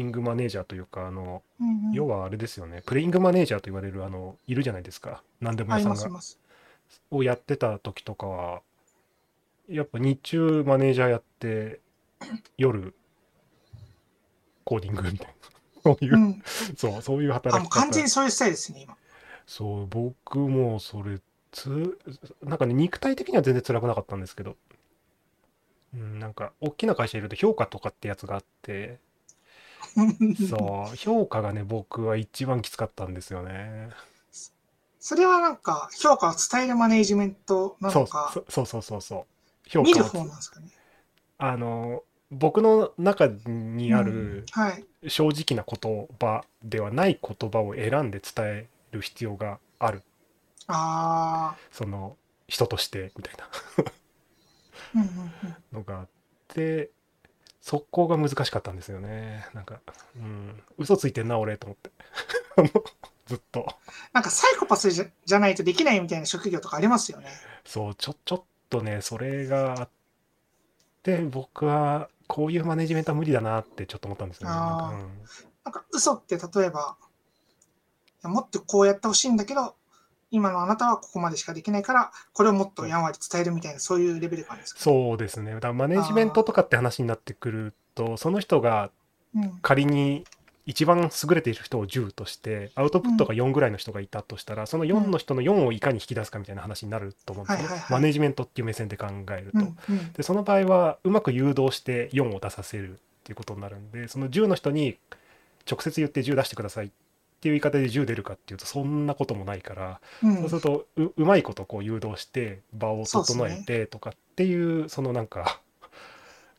Speaker 2: ングマネージャーというか、あの、
Speaker 3: うんうん
Speaker 2: 要はあれですよね、プレイングマネージャーと言われる、あの、いるじゃないですか。何でも
Speaker 3: あ
Speaker 2: 屋
Speaker 3: り
Speaker 2: さん
Speaker 3: ます、あ
Speaker 2: が
Speaker 3: り。ます。
Speaker 2: をやってた時とかは、やっぱ日中マネージャーやって、夜、コーディングみたいな。そういうう、
Speaker 3: ん。
Speaker 2: そう、そういう
Speaker 3: あ、
Speaker 2: 働
Speaker 3: もう
Speaker 2: き
Speaker 3: 完
Speaker 2: 方
Speaker 3: 全。にそういうスタイルですね、今。
Speaker 2: そう、僕もそれ、つ、なんかね、肉体的には全然辛くなかったんですけど、うん、なんか、大きな会社いると評価とかってやつがあって、そう、評価がね、僕は一番きつかったんですよね。
Speaker 3: それはなんか、評価を伝えるマネージメントな
Speaker 2: そ
Speaker 3: の
Speaker 2: う、
Speaker 3: か、
Speaker 2: そそうそうそうそう。評
Speaker 3: 見
Speaker 2: 価
Speaker 3: る
Speaker 2: を
Speaker 3: 方なんですかね。
Speaker 2: あの僕の中にある
Speaker 3: うんはい。
Speaker 2: 正直な言葉ではない言葉を選んで伝える必要がある
Speaker 3: あ
Speaker 2: その人としてみたいな
Speaker 3: ー。うんうんうん。
Speaker 2: のがあってそこが難しかったんですよねなんかうん嘘ついてんな俺と思って あのずっと
Speaker 3: なんか、サイコパスじゃじゃないとできないみたいな職業とかありますよね。
Speaker 2: そうちょちょっとねそれがあって僕はこういうマネジメントは無理だなってちょっと思ったんですよねなんか
Speaker 3: あー
Speaker 2: うん
Speaker 3: なんか、嘘って例えば、いやもっとこうやってほしいんだけど、今のあなたはここまでしかできないから、これをもっとやんわり伝えるみたいな、そういうレベル感ですか、
Speaker 2: そうですね。だからマネジメントとかって話になってくると、その人が
Speaker 3: うん、
Speaker 2: 仮に一番優れている人を10として、アウトプットが4ぐらいの人がいたとしたら、その4の人の4をいかに引き出すかみたいな話になると思うんですね。
Speaker 3: はいはいはい
Speaker 2: マネジメントっていう目線で考えると。
Speaker 3: うんうん
Speaker 2: で、その場合は、うまく誘導して4を出させる。っていうことになるんでその10の人に直接言って10出してくださいっていう言い方で10出るかっていうとそんなこともないから、
Speaker 3: うん
Speaker 2: そうするとううまいことこう誘導して場を整えてとかっていうそのなんか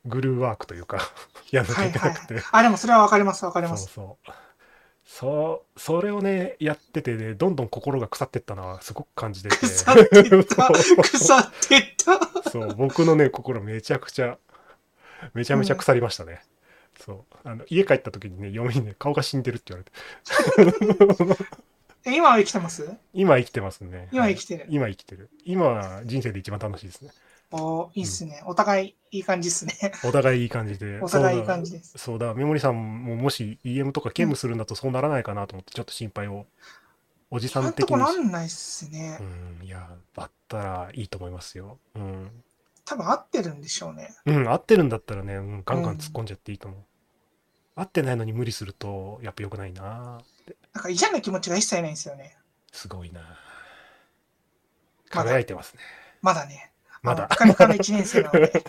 Speaker 2: グルーワークというか やんなきゃいけなくて、
Speaker 3: あ、でもそれはわかります、わかりま
Speaker 2: そう
Speaker 3: す。
Speaker 2: そうそうそれをねやっててねどんどん心が腐ってったのはすごく感じてて
Speaker 3: 腐ってった
Speaker 2: そう
Speaker 3: 腐ってっ た。
Speaker 2: そう僕のね心めちゃくちゃめちゃめちゃ腐りましたね、そうあの家帰った時にね嫁にね顔が死んでるって言われて
Speaker 3: え今は生きてます
Speaker 2: 今生きてますね
Speaker 3: 今生きてる。
Speaker 2: 今生きてる今は人生で一番楽しいですね
Speaker 3: おいいっすね。お互いいい感じっすね。
Speaker 2: お互いいい感じで
Speaker 3: お互いいい感じです。
Speaker 2: そうだ、メモリさんももし EM とか兼務するんだとそうならないかなと思って、ちょっと心配を、おじさ
Speaker 3: 今
Speaker 2: ん
Speaker 3: んと
Speaker 2: 的
Speaker 3: こ
Speaker 2: に
Speaker 3: な
Speaker 2: し。
Speaker 3: んないっすね
Speaker 2: う。ん、いや、だったらいいと思いますよ。うん。
Speaker 3: 多分合ってるんでしょうね。
Speaker 2: うん、合ってるんだったらね、うん、ガンガン突っ込んじゃっていいと思う。合ってないのに無理すると、やっぱ良くないな。
Speaker 3: なんか嫌な気持ちが一切ないんですよね。
Speaker 2: すごいな。
Speaker 3: まだ
Speaker 2: 輝いてますね。
Speaker 3: まだね。
Speaker 2: まだ
Speaker 3: あの。ぷかぷかの1年生なので。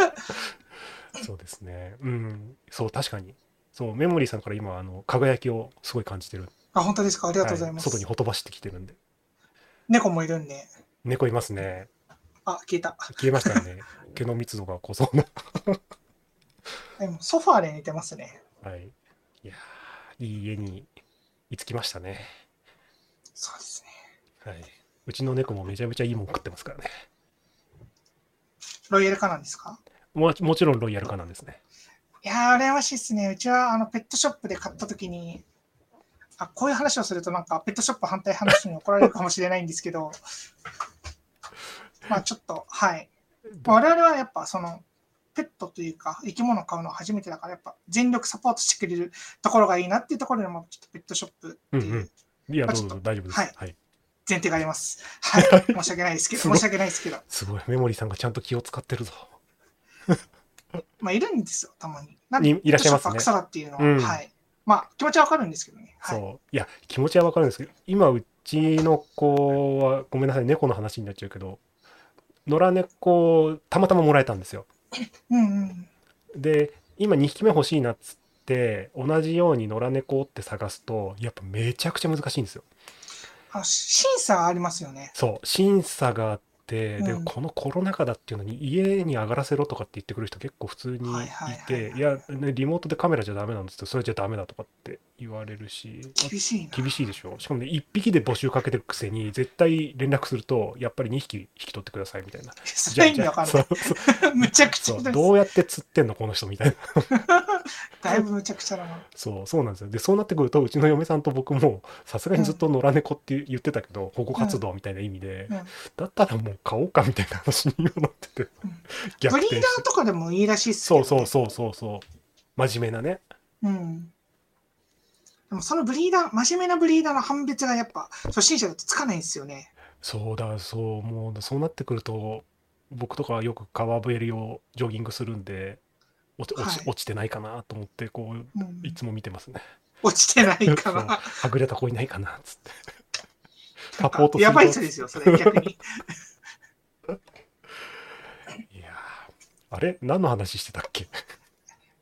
Speaker 2: そうですね。うん、そう、確かに。そう、メモリーさんから今、あの、輝きをすごい感じてる。
Speaker 3: あ、本当ですか。あり
Speaker 2: あ
Speaker 3: がとうございます。
Speaker 2: 外にほとばしってきてるんで。
Speaker 3: 猫もいるんで。
Speaker 2: 猫いますね。
Speaker 3: あ、消えた。
Speaker 2: 消えました ね。毛の密度が濃そうな。
Speaker 3: でもソファーで寝てますね。
Speaker 2: はい。いやーいい家に居つきましたね。
Speaker 3: そうですね。
Speaker 2: はい。うちの猫もめちゃめちゃいいもん食ってますからね。
Speaker 3: ロイヤルカナンですか
Speaker 2: ももちろんロイヤルカナンですね。
Speaker 3: いやー、羨ましいですね。うちはあのペットショップで買ったときに、あ、こういう話をするとなんかペットショップ反対派の人に怒られるかもしれないんですけど、まあちょっと、はい。まあ我々はやっぱその、ペットというか生き物を飼うのは初めてだから、やっぱ全力サポートしてくれるところがいいなっていうところでも、ちょっとペットショップ
Speaker 2: うん
Speaker 3: っていう
Speaker 2: うん。いや、
Speaker 3: まあ
Speaker 2: どう
Speaker 3: ち
Speaker 2: ぞ
Speaker 3: ょっ
Speaker 2: 大丈夫です。
Speaker 3: はい
Speaker 2: はい。
Speaker 3: 前提があります。 はい。申し訳ないですけど、
Speaker 2: すごい
Speaker 3: 申し訳ないですけど、
Speaker 2: すごい。メモリーさんがちゃんと気を使ってるぞ。
Speaker 3: まあいるんですよ、たまに。なんで
Speaker 2: いいらっしゃいます
Speaker 3: ペッ
Speaker 2: ね
Speaker 3: トショップは草だっていうのは、
Speaker 2: うん
Speaker 3: はい。まあ気持ちはわかるんですけどね。はい。
Speaker 2: そう。いや、気持ちはわかるんですけど、今、うちの子は、ごめんなさい、猫の話になっちゃうけど、野良猫をたまたまもらえたんですよ。
Speaker 3: うんうん。
Speaker 2: で、今2匹目欲しいなっつって、同じように野良猫って探すと、やっぱめちゃくちゃ難しいんですよ。
Speaker 3: あのし審査ありますよね。
Speaker 2: そう審査があって、で
Speaker 3: うん
Speaker 2: このコロナ禍だっていうのに家に上がらせろとかって言ってくる人結構普通に
Speaker 3: はい
Speaker 2: い
Speaker 3: はいはい
Speaker 2: て
Speaker 3: はい
Speaker 2: いやねリモートでカメラじゃダメなんですけどそれじゃダメだとかって言われるし
Speaker 3: 厳しいな。
Speaker 2: 厳しいでしょしかもね1匹で募集かけてるくせに絶対連絡するとやっぱり2匹引き取ってくださいみたいな
Speaker 3: そ れ意味わかん
Speaker 2: そ
Speaker 3: な
Speaker 2: うそう
Speaker 3: い。むちゃくちゃ
Speaker 2: そう
Speaker 3: です。
Speaker 2: どうやって釣ってんのこの人みたいな
Speaker 3: だいぶむちゃくちゃだな。
Speaker 2: そうそうなんですよでそうなってくるとうちの嫁さんと僕も さすがにずっと野良猫って言ってたけど保護活動みたいな意味で、
Speaker 3: うんうん
Speaker 2: だったらもう買おうかみたいな話に今なってて、
Speaker 3: ん
Speaker 2: 逆
Speaker 3: ブリ
Speaker 2: 転
Speaker 3: ー
Speaker 2: し
Speaker 3: ダーとかでもいいらしいっすけど、
Speaker 2: そう
Speaker 3: ね。
Speaker 2: そうそうそうそう真面目なね
Speaker 3: う。うん。でもそのブリーダー、真面目なブリーダーの判別がやっぱ初心者だとつかないんですよね。
Speaker 2: そうだそうもうそうなってくると僕とかはよく川べりをジョギングするんで落ち落ち
Speaker 3: はい
Speaker 2: 落ちてないかなと思ってこう
Speaker 3: うん、
Speaker 2: いつも見てますね
Speaker 3: 落ちてないか
Speaker 2: そう
Speaker 3: ら。
Speaker 2: はぐれた子いないかなっつってサポートする
Speaker 3: やばい人
Speaker 2: と
Speaker 3: ですよ、それ逆に。
Speaker 2: いやーあれ何の話してたっけ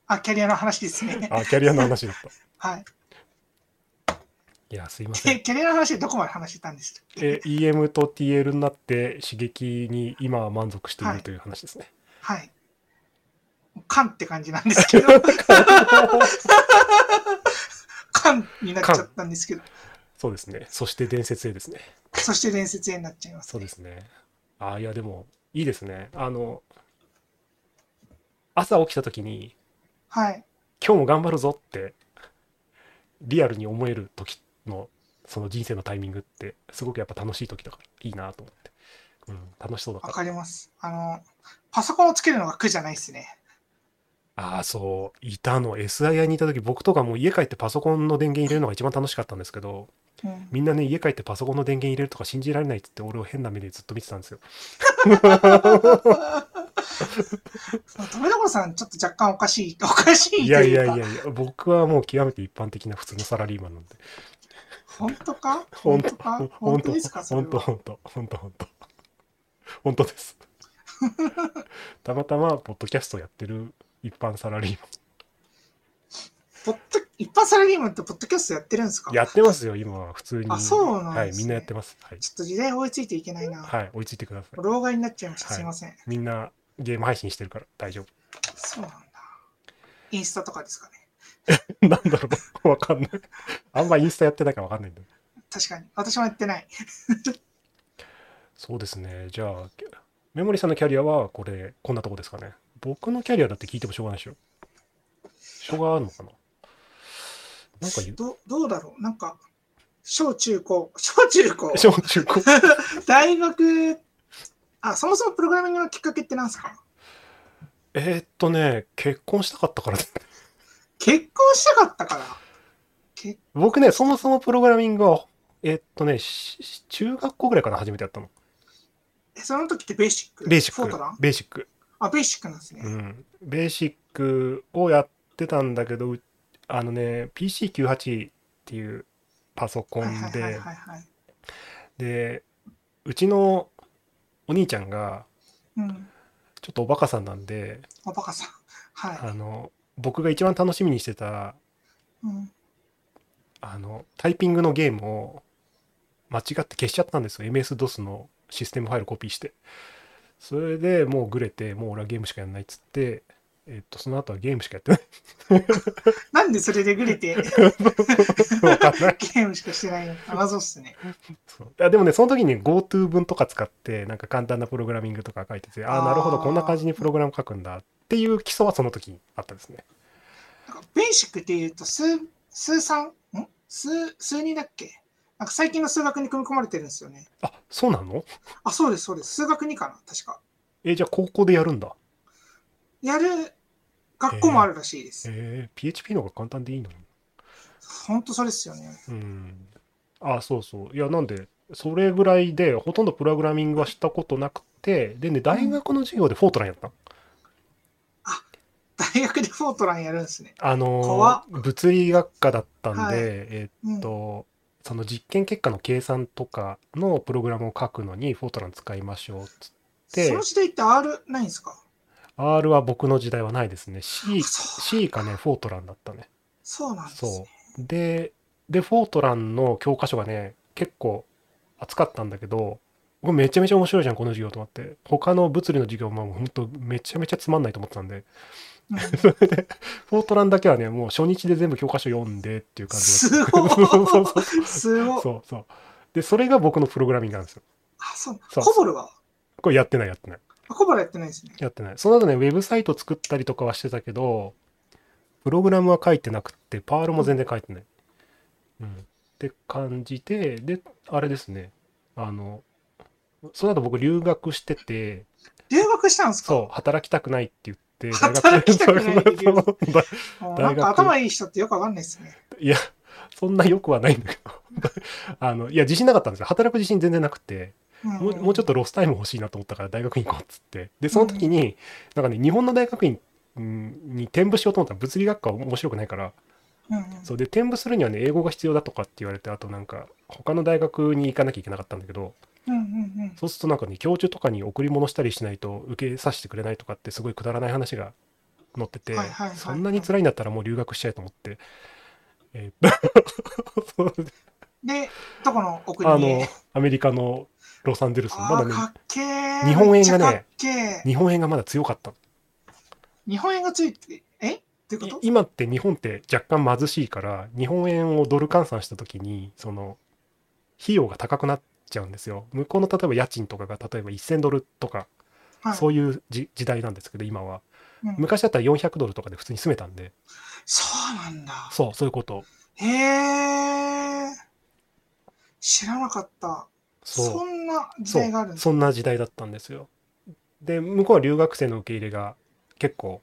Speaker 3: あ、キャリアの話ですね。
Speaker 2: あキャリアの話だった
Speaker 3: はい。
Speaker 2: いや、すいませ
Speaker 3: で
Speaker 2: ん。
Speaker 3: キャリアの話でどこまで話してたんですか
Speaker 2: え、EM と TL になって刺激に今は満足してい
Speaker 3: は
Speaker 2: る
Speaker 3: い
Speaker 2: という話ですね。
Speaker 3: はい。カンって感じなんで すけど。カンになっちゃったんですけど。
Speaker 2: そうですね。そして伝説へですね。
Speaker 3: そして伝説へになっちゃいます。
Speaker 2: そうですね。あーいや、でも、いいですね。あの、朝起きた時に、
Speaker 3: はい。
Speaker 2: 今日も頑張るぞって、リアルに思える時の、その人生のタイミングって、すごくやっぱ楽しい時だから、いいなと思って。うん、楽しそうだか
Speaker 3: わ
Speaker 2: ら。
Speaker 3: かります。あの、パソコンをつけるのが苦じゃないですね。
Speaker 2: ああ、そう、いたの。SII にいた時、僕とかもう家帰ってパソコンの電源入れるのが一番楽しかったんですけど、
Speaker 3: うん、
Speaker 2: みんなね、家帰ってパソコンの電源入れるとか信じられないって言って、俺を変な目でずっと見てたんですよ。
Speaker 3: 止めどころさん、ちょっと若干おかしい、 おかしい
Speaker 2: い
Speaker 3: と
Speaker 2: やい
Speaker 3: いうか、
Speaker 2: やいやいや、僕はもう極めて一般的な普通のサラリーマンなんで。
Speaker 3: 本当か
Speaker 2: 本
Speaker 3: 本
Speaker 2: 当
Speaker 3: 当か
Speaker 2: 本
Speaker 3: 本
Speaker 2: 当
Speaker 3: 当ですかそれ
Speaker 2: 本当
Speaker 3: は
Speaker 2: 本当本当本当 本当です。たまたま、ポッドキャストやってる一般サラリーマ
Speaker 3: ポッド一般サラリーマンってポッドキャストやってるんですか
Speaker 2: ン。やってますよ、今は普通に。
Speaker 3: あそうなん
Speaker 2: はい、
Speaker 3: ですね
Speaker 2: みんなやってます。はい。
Speaker 3: ちょっと時代追いついていけないな。
Speaker 2: はい、追いついてください。
Speaker 3: 老害になっちゃいました。
Speaker 2: はい
Speaker 3: すいません。
Speaker 2: みんなゲーム配信してるから大丈
Speaker 3: そうなんだ。インスタとかですかね。
Speaker 2: 夫。 なんだろう、わかんない。あんまインスタやってないからわかんないんだ
Speaker 3: 確かに。私もやってない。
Speaker 2: そうですね。じゃあ、メモリーさんのキャリアはこれ、こんなとこですかね。僕のキャリアだって聞いてもしょうがないでしょ。しょうがあるのかななんか言う。
Speaker 3: どどうだろうなんか、小中高、小中 高、
Speaker 2: 小中高。
Speaker 3: 大学、あ、そもそもプログラミングのきっかけってなんですか
Speaker 2: えーっとね、結婚したかったからですね。
Speaker 3: 結婚したかったから。け
Speaker 2: 僕ね、そもそもプログラミングは、えーっとね、しし中学校ぐらいから初めてやったの。
Speaker 3: えその時ってベーシック
Speaker 2: ベーシッ
Speaker 3: フォートラン
Speaker 2: ク。ベーシック。
Speaker 3: あ、ベーシックなんですね。
Speaker 2: うん。ベーシックをやってたんだけど、うあのね、PC98 っていうパソコ
Speaker 3: はい
Speaker 2: ン
Speaker 3: はいはい
Speaker 2: で、
Speaker 3: はいはい。
Speaker 2: で、うちのお兄ちゃんが、
Speaker 3: うん。
Speaker 2: ちょっとおバカさんなんで、
Speaker 3: おバカさん。は
Speaker 2: あの、僕が一番楽しみにしてた、
Speaker 3: い。うん、
Speaker 2: あの、タイピングのゲームを間違って消しちゃったんですよ。MS-DOS のシステムファイルコピーして。それでもうグレて、もう俺はゲームしかやんないっつって、えっと、その後はゲームしかやってない。
Speaker 3: なんでそれでグ レて
Speaker 2: わかんない。
Speaker 3: ゲームしかしてないのか謎っすね。
Speaker 2: そういやでもね、その時に GoTo 文とか使って、なんか簡単なプログラミングとか書いてて、あ
Speaker 3: あ
Speaker 2: あ、
Speaker 3: ー
Speaker 2: なるほど、こんな感じにプログラム書くんだっていう基礎はその時にあったですね。
Speaker 3: なんかベーシックって言うと数、数三ん数、数二だっけなんか最近の数学に組み込まれてるんですよね。
Speaker 2: あ、そうなの
Speaker 3: あ、そうです、そうです。数学2かな確か。
Speaker 2: えじゃあ高校でやるんだ。
Speaker 3: やる学校もあるらしいです。
Speaker 2: えー、PHP の方が簡単でいいのに。
Speaker 3: ほんとそれですよね。
Speaker 2: うん。あ、そうそう。いや、なんで、それぐらいで、ほとんどプログラミングはしたことなくて、でね、大学の授業でフォートランやったの。
Speaker 3: 大学でフォートランやるんですね。
Speaker 2: あの
Speaker 3: 怖
Speaker 2: ー物理学科だったんで、
Speaker 3: はい
Speaker 2: え
Speaker 3: う
Speaker 2: っ
Speaker 3: ん、
Speaker 2: と、その実験結果の計算とかのプログラムを書くのに、フォートラン使いましょうっつって
Speaker 3: その時代って R ないんですか
Speaker 2: R は僕の時代はないですね。C
Speaker 3: あ、そう
Speaker 2: C かね、フォートランだったね。
Speaker 3: そうなんです
Speaker 2: そ
Speaker 3: ね。
Speaker 2: う。で、で、フォートランの教科書がね、結構厚かったんだけど、これめちゃめちゃ面白いじゃん、この授業と思って。他の物理の授業も本当めちゃめちゃつまんないと思ってたんで、
Speaker 3: うん
Speaker 2: フォートランだけはね、もう初日で全部教科書読んでっていう感じだった。
Speaker 3: すごい
Speaker 2: そうそうそう
Speaker 3: すごい。
Speaker 2: そうそう。で、それが僕のプログラミングなんですよ。
Speaker 3: あ、そう。
Speaker 2: そう
Speaker 3: コボルは
Speaker 2: これやってない、やってない。
Speaker 3: あコボルやってないですね。
Speaker 2: やってない。その後ね、ウェブサイト作ったりとかはしてたけど、プログラムは書いてなくて、パールも全然書いてない。うん。って感じで、で、あれですね。あの、その後僕留学してて、
Speaker 3: 留学したんですか
Speaker 2: そう、働きたくないって言って、
Speaker 3: 働きたくないって言う
Speaker 2: そうそうそう大
Speaker 3: もうなん
Speaker 2: 学
Speaker 3: か頭いい人ってよくわかんないですね。
Speaker 2: いや、 そんな良くはないんだけど。 あの、いや、自信なかったんですよ。働く自信全然なくて。もうもうちょっ
Speaker 3: っ
Speaker 2: とロスタイム欲しいなと思ったから大学院行こうっつってでその時に、なんかね日本の大学院うんに転部しようと思ったら物理学科は面白くないから
Speaker 3: と、うんうん
Speaker 2: そうで転部するにはね英語が必要だとかって言われてあとなんか他の大学に行かなきゃいけなかったんだけど
Speaker 3: うんうんうん
Speaker 2: そうするとなんかね教授とかに送り物したりしないと受けさせてくれないとかってすごいくだらない話が載ってて、
Speaker 3: はいはいはいはい
Speaker 2: そんなに辛いんだったらもう留学しちゃえと思って、えーそう
Speaker 3: で、どこの奥に
Speaker 2: あのアメリカのロサンゼルスのまだ
Speaker 3: あー
Speaker 2: ね
Speaker 3: かっけー
Speaker 2: 日本円がね
Speaker 3: めっちゃかっけー
Speaker 2: 日本円がまだ強かったの
Speaker 3: 日本円がついて、えっていうこ
Speaker 2: い
Speaker 3: と
Speaker 2: 今って日本って若干貧しいから日本円をドル換算した時にその費用が高くなっちゃうんですよ向こうの例えば家賃とかが例えば1000ドルとか、
Speaker 3: はい
Speaker 2: そういうじ時代なんですけど今は
Speaker 3: うん
Speaker 2: 昔だったら400ドルとかで普通に住めたんで
Speaker 3: そうなんだ。
Speaker 2: そうそういうこと
Speaker 3: へえ。知らなかった。
Speaker 2: そ
Speaker 3: そうんな時
Speaker 2: そう
Speaker 3: 代があるんだ。
Speaker 2: そんな時代だったんですよで向こうは留学生の受け入れが結構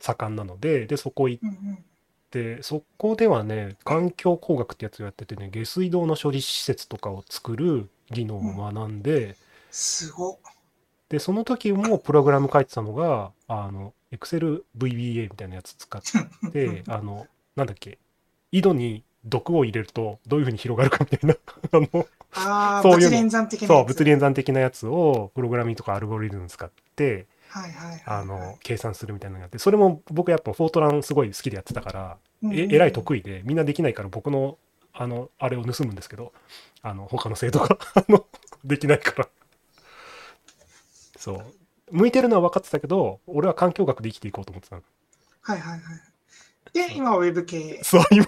Speaker 2: 盛んなのででそこ行っ
Speaker 3: うんうん
Speaker 2: でそこではね環境工学ってやつをやっててね下水道の処理施設とかを作る技能を学んで、
Speaker 3: すごっ。
Speaker 2: でその時もプログラム書いてたのがあの ExcelVBA みたいなやつ使って あのなんだっけ井戸に毒を入れるとどういうふうに広がるかみたいな あの
Speaker 3: ああ、
Speaker 2: そういうの
Speaker 3: 物連算的なやつ。
Speaker 2: そう物理演算的なやつをプログラミングとかアルゴリズム使って
Speaker 3: はいはいはい。
Speaker 2: あの、計算するみたいなのがあって、それも僕やっぱフォートランすごい好きでやってたから、
Speaker 3: うんうん
Speaker 2: ええらい得意で、みんなできないから僕の、あの、あれを盗むんですけど、あの、他の生徒が、 あの、できないから。そう。向いてるのは分かってたけど、俺は環境学で生きていこうと思ってたの。
Speaker 3: はいはいはい。で、今はウェブ系。
Speaker 2: そう、今、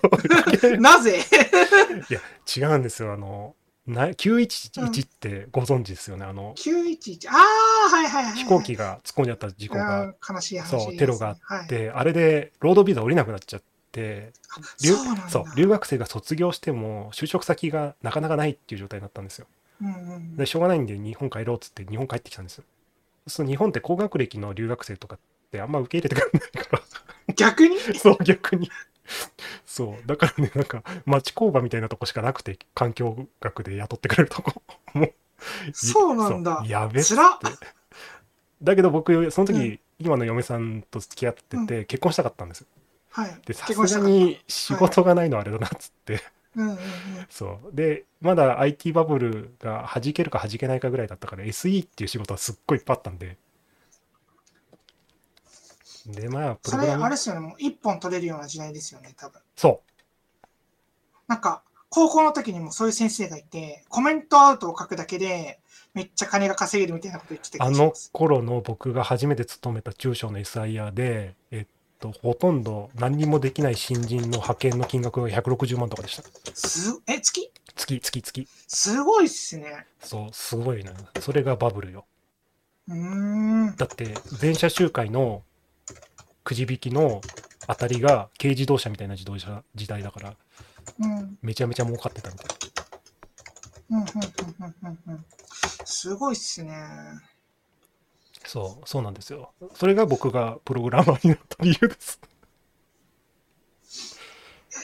Speaker 3: なぜ
Speaker 2: 違うんですよ。あの、な911ってご存知ですよね。あの、
Speaker 3: ?911。ああ、はいはいはいはい。
Speaker 2: 飛行機が突っ込んじゃった事故があっ
Speaker 3: あー悲しい話、
Speaker 2: そうテロがあって
Speaker 3: はい、
Speaker 2: て、あれでロードビザ降りなくなっちゃって、
Speaker 3: あ
Speaker 2: 留
Speaker 3: そうなんだ。
Speaker 2: そう、留学生が卒業しても就職先がなかなかないっていう状態になったんですよ。
Speaker 3: うんうん
Speaker 2: で、しょうがないんで日本帰ろうっつって日本帰ってきたんですよ。そうすると日本って高学歴の留学生とかってあんま受け入れてくれないから。
Speaker 3: 逆に
Speaker 2: そう、逆に。そう、だからね、なんか、町工場みたいなとこしかなくて、環境学で雇ってくれるとこ。もうい
Speaker 3: そうなんだ
Speaker 2: そうやべっ
Speaker 3: つらっ
Speaker 2: だけど僕、その時、
Speaker 3: うん
Speaker 2: 今の嫁さんと付き合ってて、結婚したかったんですよ。
Speaker 3: はい。
Speaker 2: で、さ
Speaker 3: 結婚し
Speaker 2: すが
Speaker 3: たかった
Speaker 2: に仕事がないのはあれだなっつって、
Speaker 3: うんうんうん。
Speaker 2: そう。で、まだ IT バブルが弾けるか弾けないかぐらいだったから、SE っていう仕事はすっごいいっぱいあったんで。で、まあ、プ
Speaker 3: そ
Speaker 2: ログ
Speaker 3: れ、
Speaker 2: ラ
Speaker 3: あ
Speaker 2: ム。
Speaker 3: れですよね。もう一本取れるような時代ですよね、多分。
Speaker 2: そ
Speaker 3: なんか、高校の時にもそういう先生がいて、コメントアウトを書くだけで、めっちゃ金が稼げるみたいなこと言ってた
Speaker 2: う。あ
Speaker 3: 気がし
Speaker 2: の
Speaker 3: ます
Speaker 2: 頃の僕が初めて勤めた中小の SIR で、えっと、ほとんど何にもできない新人の派遣の金額が160万とかでした。
Speaker 3: すえ、月
Speaker 2: 月、月、月。
Speaker 3: すごいっすね。
Speaker 2: そう、すごいな。それがバブルよ。
Speaker 3: うーん。
Speaker 2: だって、全社集会のくじ引きの当たりが軽自動車みたいな自動車時代だから、
Speaker 3: うん。うん
Speaker 2: めちゃめちゃ儲かってたみたい。
Speaker 3: うんうんうんうんうん。すごいっすね。
Speaker 2: そう、そうなんですよ。それが僕がプログラマーになった理由です。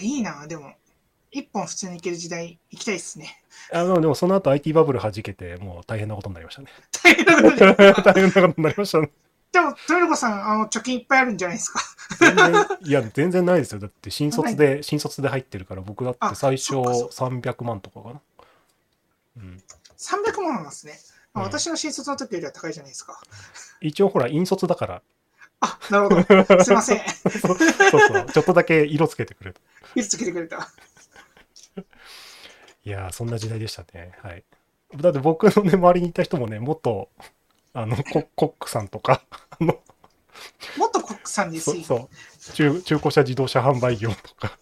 Speaker 3: いやいいな、でも。一本普通に行ける時代行きたいっすね。
Speaker 2: あの、でもその後 IT バブル弾けて、もう大変なことになりました ね。
Speaker 3: 大変なことで。
Speaker 2: 大変なことになりましたね。
Speaker 3: でも、豊子さん、あの、貯金いっぱいあるんじゃないですか。
Speaker 2: 全然、いや、全然ないですよ。だって新卒で、新卒で入ってるから、僕だって最初
Speaker 3: あそっかそっ
Speaker 2: 300万とかかな。うん。
Speaker 3: 300万なんですね。まあ
Speaker 2: うん
Speaker 3: 私の新卒の時よりは高いじゃないですか。
Speaker 2: 一応ほら、引率だから、
Speaker 3: あ、なるほど。すいません。
Speaker 2: そうそう、ちょっとだけ色つけてくれた。
Speaker 3: いつつけてくれた。
Speaker 2: いやー、そんな時代でしたね。はい。だって僕のね、周りにいた人もね、元、あの、ココックさんとか、あの、
Speaker 3: もっと国産です
Speaker 2: そう
Speaker 3: よ。
Speaker 2: そう中中古車自動車販売業と か、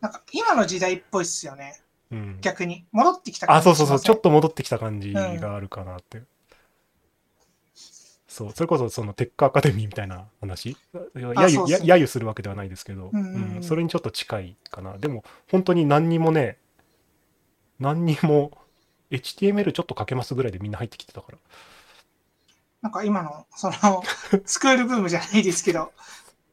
Speaker 3: なんか、今の時代っぽいっすよね。
Speaker 2: うん、
Speaker 3: 逆に。戻ってきた
Speaker 2: あそうそうそうちょっ
Speaker 3: と。
Speaker 2: と戻ってきた感じがあるかなって、そうそれこそそのテックアカデミーみたいな話や
Speaker 3: あ
Speaker 2: 揶
Speaker 3: そう
Speaker 2: 揄
Speaker 3: そう
Speaker 2: や揶揄するわけではないですけど、
Speaker 3: うんうんうん
Speaker 2: それにちょっと近いかなでも本当に何にもね何にも HTML ちょっとかけますぐらいでみんな入ってきてたから
Speaker 3: なんか今の、その、スクールブームじゃないですけど、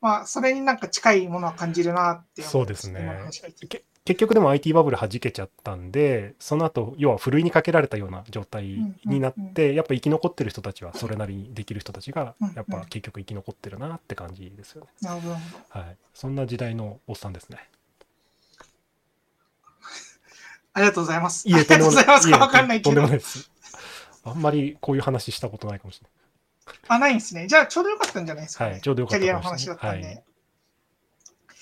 Speaker 3: まあ、それになんか近いものは感じるなって思います
Speaker 2: そうですね
Speaker 3: 今の話聞いて
Speaker 2: け結局でも IT バブル弾けちゃったんでその後要はふるいにかけられたような状態になって、
Speaker 3: うん
Speaker 2: やっぱ生き残ってる人たちはそれなりにできる人たちが
Speaker 3: うんうん
Speaker 2: やっぱ結局生き残ってるなって感じですよね、
Speaker 3: なるほどなるほど。
Speaker 2: はいそんな時代のおっさんですね
Speaker 3: ありがとう ございます。
Speaker 2: い
Speaker 3: あ
Speaker 2: え
Speaker 3: りがとうございます
Speaker 2: とんで
Speaker 3: か
Speaker 2: も
Speaker 3: わかんない
Speaker 2: とん
Speaker 3: け
Speaker 2: でも
Speaker 3: ど
Speaker 2: な。いですあんまりこういう話したことないかもしれ
Speaker 3: あ、ないんですね。じゃあ、ちょうどよかったんじゃないですか、ね。
Speaker 2: はいちょうどよかった
Speaker 3: キャリアの
Speaker 2: かもし
Speaker 3: 話
Speaker 2: れ
Speaker 3: だ
Speaker 2: ない
Speaker 3: ったんで。
Speaker 2: はいない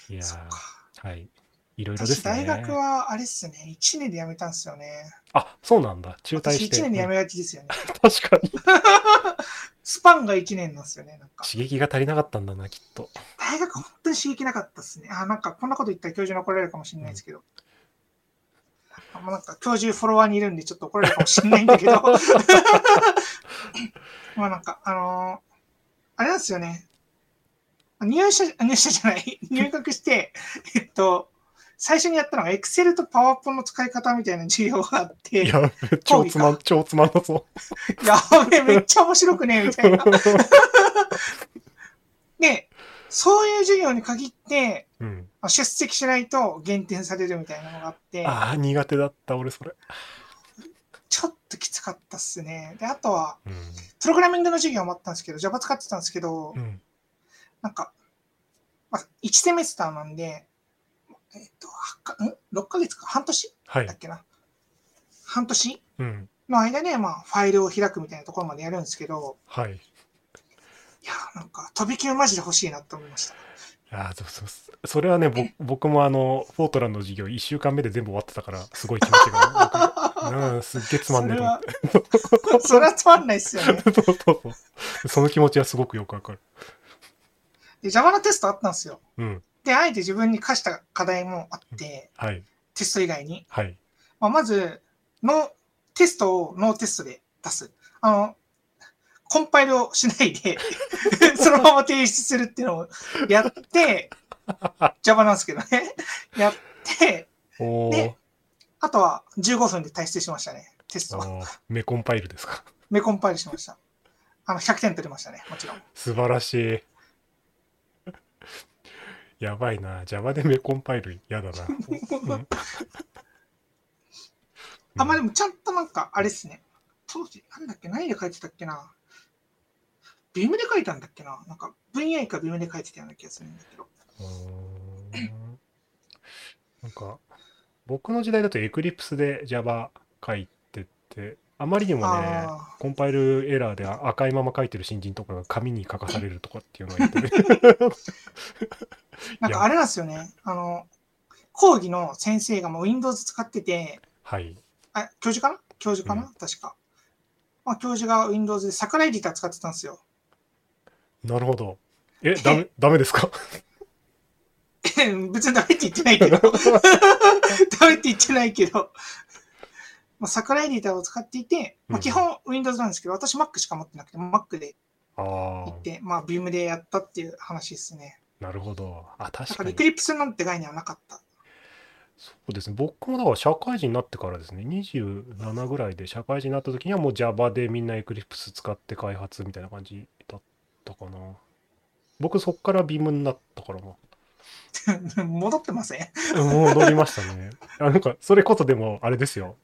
Speaker 2: いや
Speaker 3: そっか。
Speaker 2: ーはいいろいろです
Speaker 3: 私、
Speaker 2: ね
Speaker 3: 大学はあれっすね、1年で辞めたんですよね。
Speaker 2: あそうなんだ中退
Speaker 3: 私
Speaker 2: して
Speaker 3: 1年で辞めがちですよね。
Speaker 2: うん確かに
Speaker 3: スパンが1年なんですよね。なんか
Speaker 2: 刺激が足りなかったんだなきっと
Speaker 3: 大学本当に刺激なかったですね。あ、なんかこんなこと言ったら教授に怒られるかもしれないですけど。あもうなんか教授フォロワーにいるんでちょっと怒られるかもしれないんだけど。 まあなんか、あのーあれなんですよね。入社、入社じゃない、入学して、えっと、最初にやったのが Excel と PowerPoint の使い方みたいな授業があって、
Speaker 2: いや超つまん超つまんなそう
Speaker 3: やべえ、めっちゃ面白くねみたいな。で、そういう授業に限って、
Speaker 2: うん、
Speaker 3: 出席しないと減点されるみたいなのがあって、
Speaker 2: ああ苦手だった俺それ、
Speaker 3: ちょっときつかったっすね。で、あとは、
Speaker 2: う
Speaker 3: プログラミングの授業もあったんですけど、Java 使ってたんですけど、
Speaker 2: ん
Speaker 3: なんか、まあ、1セメスターなんで、えっと、はかん ?6 ヶ月か半年
Speaker 2: はい
Speaker 3: だっ、けな。半年
Speaker 2: うん、
Speaker 3: の間で、まあ、ファイルを開くみたいなところまでやるんですけど、
Speaker 2: はい
Speaker 3: なんか、飛び級マジで欲しいなって思いました。
Speaker 2: ああ、そうそうそう。それはね、ぼ僕もあの、フォートランの授業1週間目で全部終わってたから、すごい気持ち が。うん、すっげえつまんねえと思 って。
Speaker 3: それはつまんないっすよね。
Speaker 2: そうそうそう。その気持ちはすごくよくわかる。
Speaker 3: で、Java のテストあったんですよ。
Speaker 2: うん。
Speaker 3: で、あえて自分に課した課題もあって、
Speaker 2: はい。
Speaker 3: テスト以外に。
Speaker 2: はい。
Speaker 3: まあ、まず、の、テストをノーテストで出す。あの、コンパイルをしないで、 そのまま提出するっていうのを やって、Java なんですけどね。やって、
Speaker 2: おー
Speaker 3: で。あとは15分で退出しましたね。テストは。
Speaker 2: おーメコンパイルですか。
Speaker 3: メコンパイルしました。あの、100点取りましたね。もちろん。
Speaker 2: 素晴らしい。やばいな。Java でメコンパイル嫌だ な。うん
Speaker 3: あ、まあでもちゃんとなんか、あれですね。当時、なんだっけ、何で書いてたっけな。ビームで書いたんだっけな。なんか、VI かビームで書いてたような気がするんだけど。
Speaker 2: うーんなんか、僕の時代だと Eclipse で Java 書いてて、あまりにもね、
Speaker 3: あ
Speaker 2: コンパイルエラーで赤いまま書いてる新人とかが紙に書かされるとかっていうのをやってる。
Speaker 3: あ、なんかあれなんですよね。あの、講義の先生がもう Windows 使ってて、
Speaker 2: はい。
Speaker 3: あ、教授かな教授かな、
Speaker 2: う
Speaker 3: 確か。まあ、教授が Windows で桜エディター使ってたんですよ。
Speaker 2: なるほど。え、ダメ、ダメですか
Speaker 3: 別にダメって言ってないけ ど。ダメって言ってないけど。まあ、桜エディターを使っていて、ま
Speaker 2: う
Speaker 3: あ、
Speaker 2: ん
Speaker 3: 基本 Windows なんですけど、私 Mac しか持ってなくて、Mac で
Speaker 2: あ
Speaker 3: 行
Speaker 2: あ
Speaker 3: っ、て、まあ、ビームでやったっていう話ですね。
Speaker 2: なるほど。あ、
Speaker 3: だ
Speaker 2: 確
Speaker 3: か、
Speaker 2: から
Speaker 3: エ
Speaker 2: に
Speaker 3: ク。リプスなんて概念はなかった。
Speaker 2: そうですね。僕もだから社会人になってからですね、27ぐらいで社会人になった時にはもう Java でみんな Eclipse 使って開発みたいな感じだったかな。僕そっから Vim になったからな。
Speaker 3: 戻ってません
Speaker 2: もう戻りましたね。 あなんか、それこそでも、あれですよ。